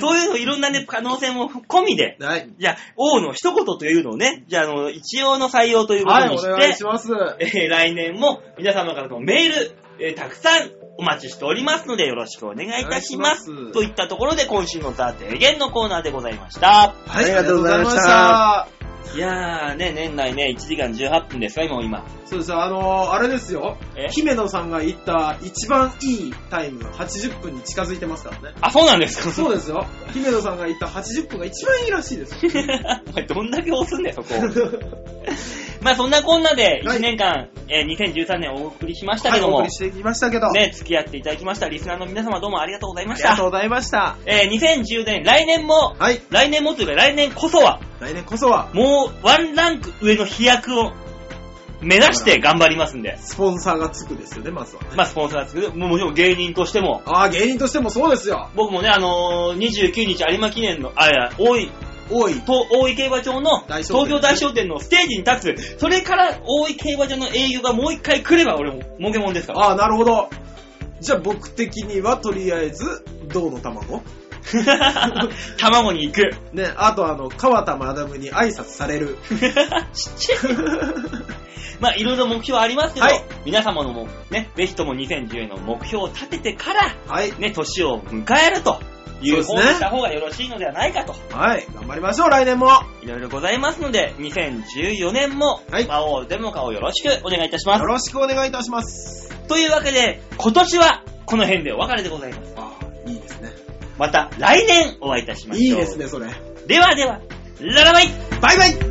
Speaker 1: そういうの、いろんなね、可能性も込みで、
Speaker 2: はい。
Speaker 1: じゃあ、王の一言というのをね、じゃあ、あの、一応の採用というこ
Speaker 2: は
Speaker 1: と
Speaker 2: い、
Speaker 1: に
Speaker 2: お
Speaker 1: して、
Speaker 2: 願いします。は
Speaker 1: えー来年も皆様からのメール、えーたくさんお待ちしておりますので、よろしくお願いいたします。
Speaker 2: お願いします
Speaker 1: といったところで、今週のザ・提言のコーナーでございました。
Speaker 5: ありがとうござ
Speaker 2: ありがとう
Speaker 5: いました
Speaker 2: ございまし
Speaker 1: いやーね、年内ね、1時間18分ですか、今、今。
Speaker 2: た。そうです、あのー、あれですよ。
Speaker 1: え
Speaker 2: 姫野さんが言った一番いいタイム、80分に近づいてますからね。
Speaker 1: あ、そうなんですか
Speaker 2: そう
Speaker 1: う
Speaker 2: ですよ。姫野さんが言った80分が一番いいらしいですよ。
Speaker 1: お前、どんだけ押すんだよ、そこ。 まあ、そんなこんなで、
Speaker 2: は
Speaker 1: 1
Speaker 2: い
Speaker 1: 年間、えー2013年お送りしました
Speaker 2: は
Speaker 1: け
Speaker 2: い、
Speaker 1: ど
Speaker 2: お
Speaker 1: も、
Speaker 2: 送りしていきましたけど。
Speaker 1: ね、付き合っていただきました。リスナーの皆様、どうもありがとうござい
Speaker 2: あ
Speaker 1: ま
Speaker 2: り
Speaker 1: し
Speaker 2: がとう
Speaker 1: た。
Speaker 2: ございました。
Speaker 1: えー2010年、来年も、
Speaker 2: はい、
Speaker 1: 来年もというか、来年こそは、
Speaker 2: 来年こそは、
Speaker 1: もうワンランク上の飛躍を目指して頑張りますんで、
Speaker 2: スポンサーがつくですよね、まずは。
Speaker 1: まあスポンサーですけど、もうもちろん芸人としても、
Speaker 2: ああ、芸人としてもそうですよ。
Speaker 1: 僕もね、あのー、29日有馬記念の、あ、いや、大井、
Speaker 2: 多い。
Speaker 1: と大井競馬場の
Speaker 2: 大
Speaker 1: 東
Speaker 2: 商店
Speaker 1: 京大商店のステージに立つ、それから大井競馬場の営業がもう一回来れば俺も儲けもんですから。
Speaker 2: ああ、なるほど。じゃあ僕的にはとりあえず、銅の卵。
Speaker 1: 卵に行く。
Speaker 2: ね、あとあの、川田マダムに挨拶される。
Speaker 1: ちっちゃい。 まあいろいろ目標ありますけど、
Speaker 2: はい
Speaker 1: 皆様のも、ね、ぜひとも2010の目標を立ててから、
Speaker 2: はい。
Speaker 1: ね、年を迎えるという
Speaker 2: そ
Speaker 1: 方
Speaker 2: う
Speaker 1: に
Speaker 2: ですね
Speaker 1: した方がよろしいのではないかと、
Speaker 2: はい。頑張りましょう、来年も。よ
Speaker 1: いろいろございますので、2014年も、
Speaker 2: はい
Speaker 1: 魔王デモカをよろしくお願いいたします。
Speaker 2: ろしくお願いいたします。
Speaker 1: というわけで、今年はこの辺でお別れでございます。
Speaker 2: ああ、いいですね。
Speaker 1: また来年お会いいたしまし
Speaker 2: い
Speaker 1: ょ。
Speaker 2: いうですね、それ。
Speaker 1: ではでは、ララバイ
Speaker 2: バイバイ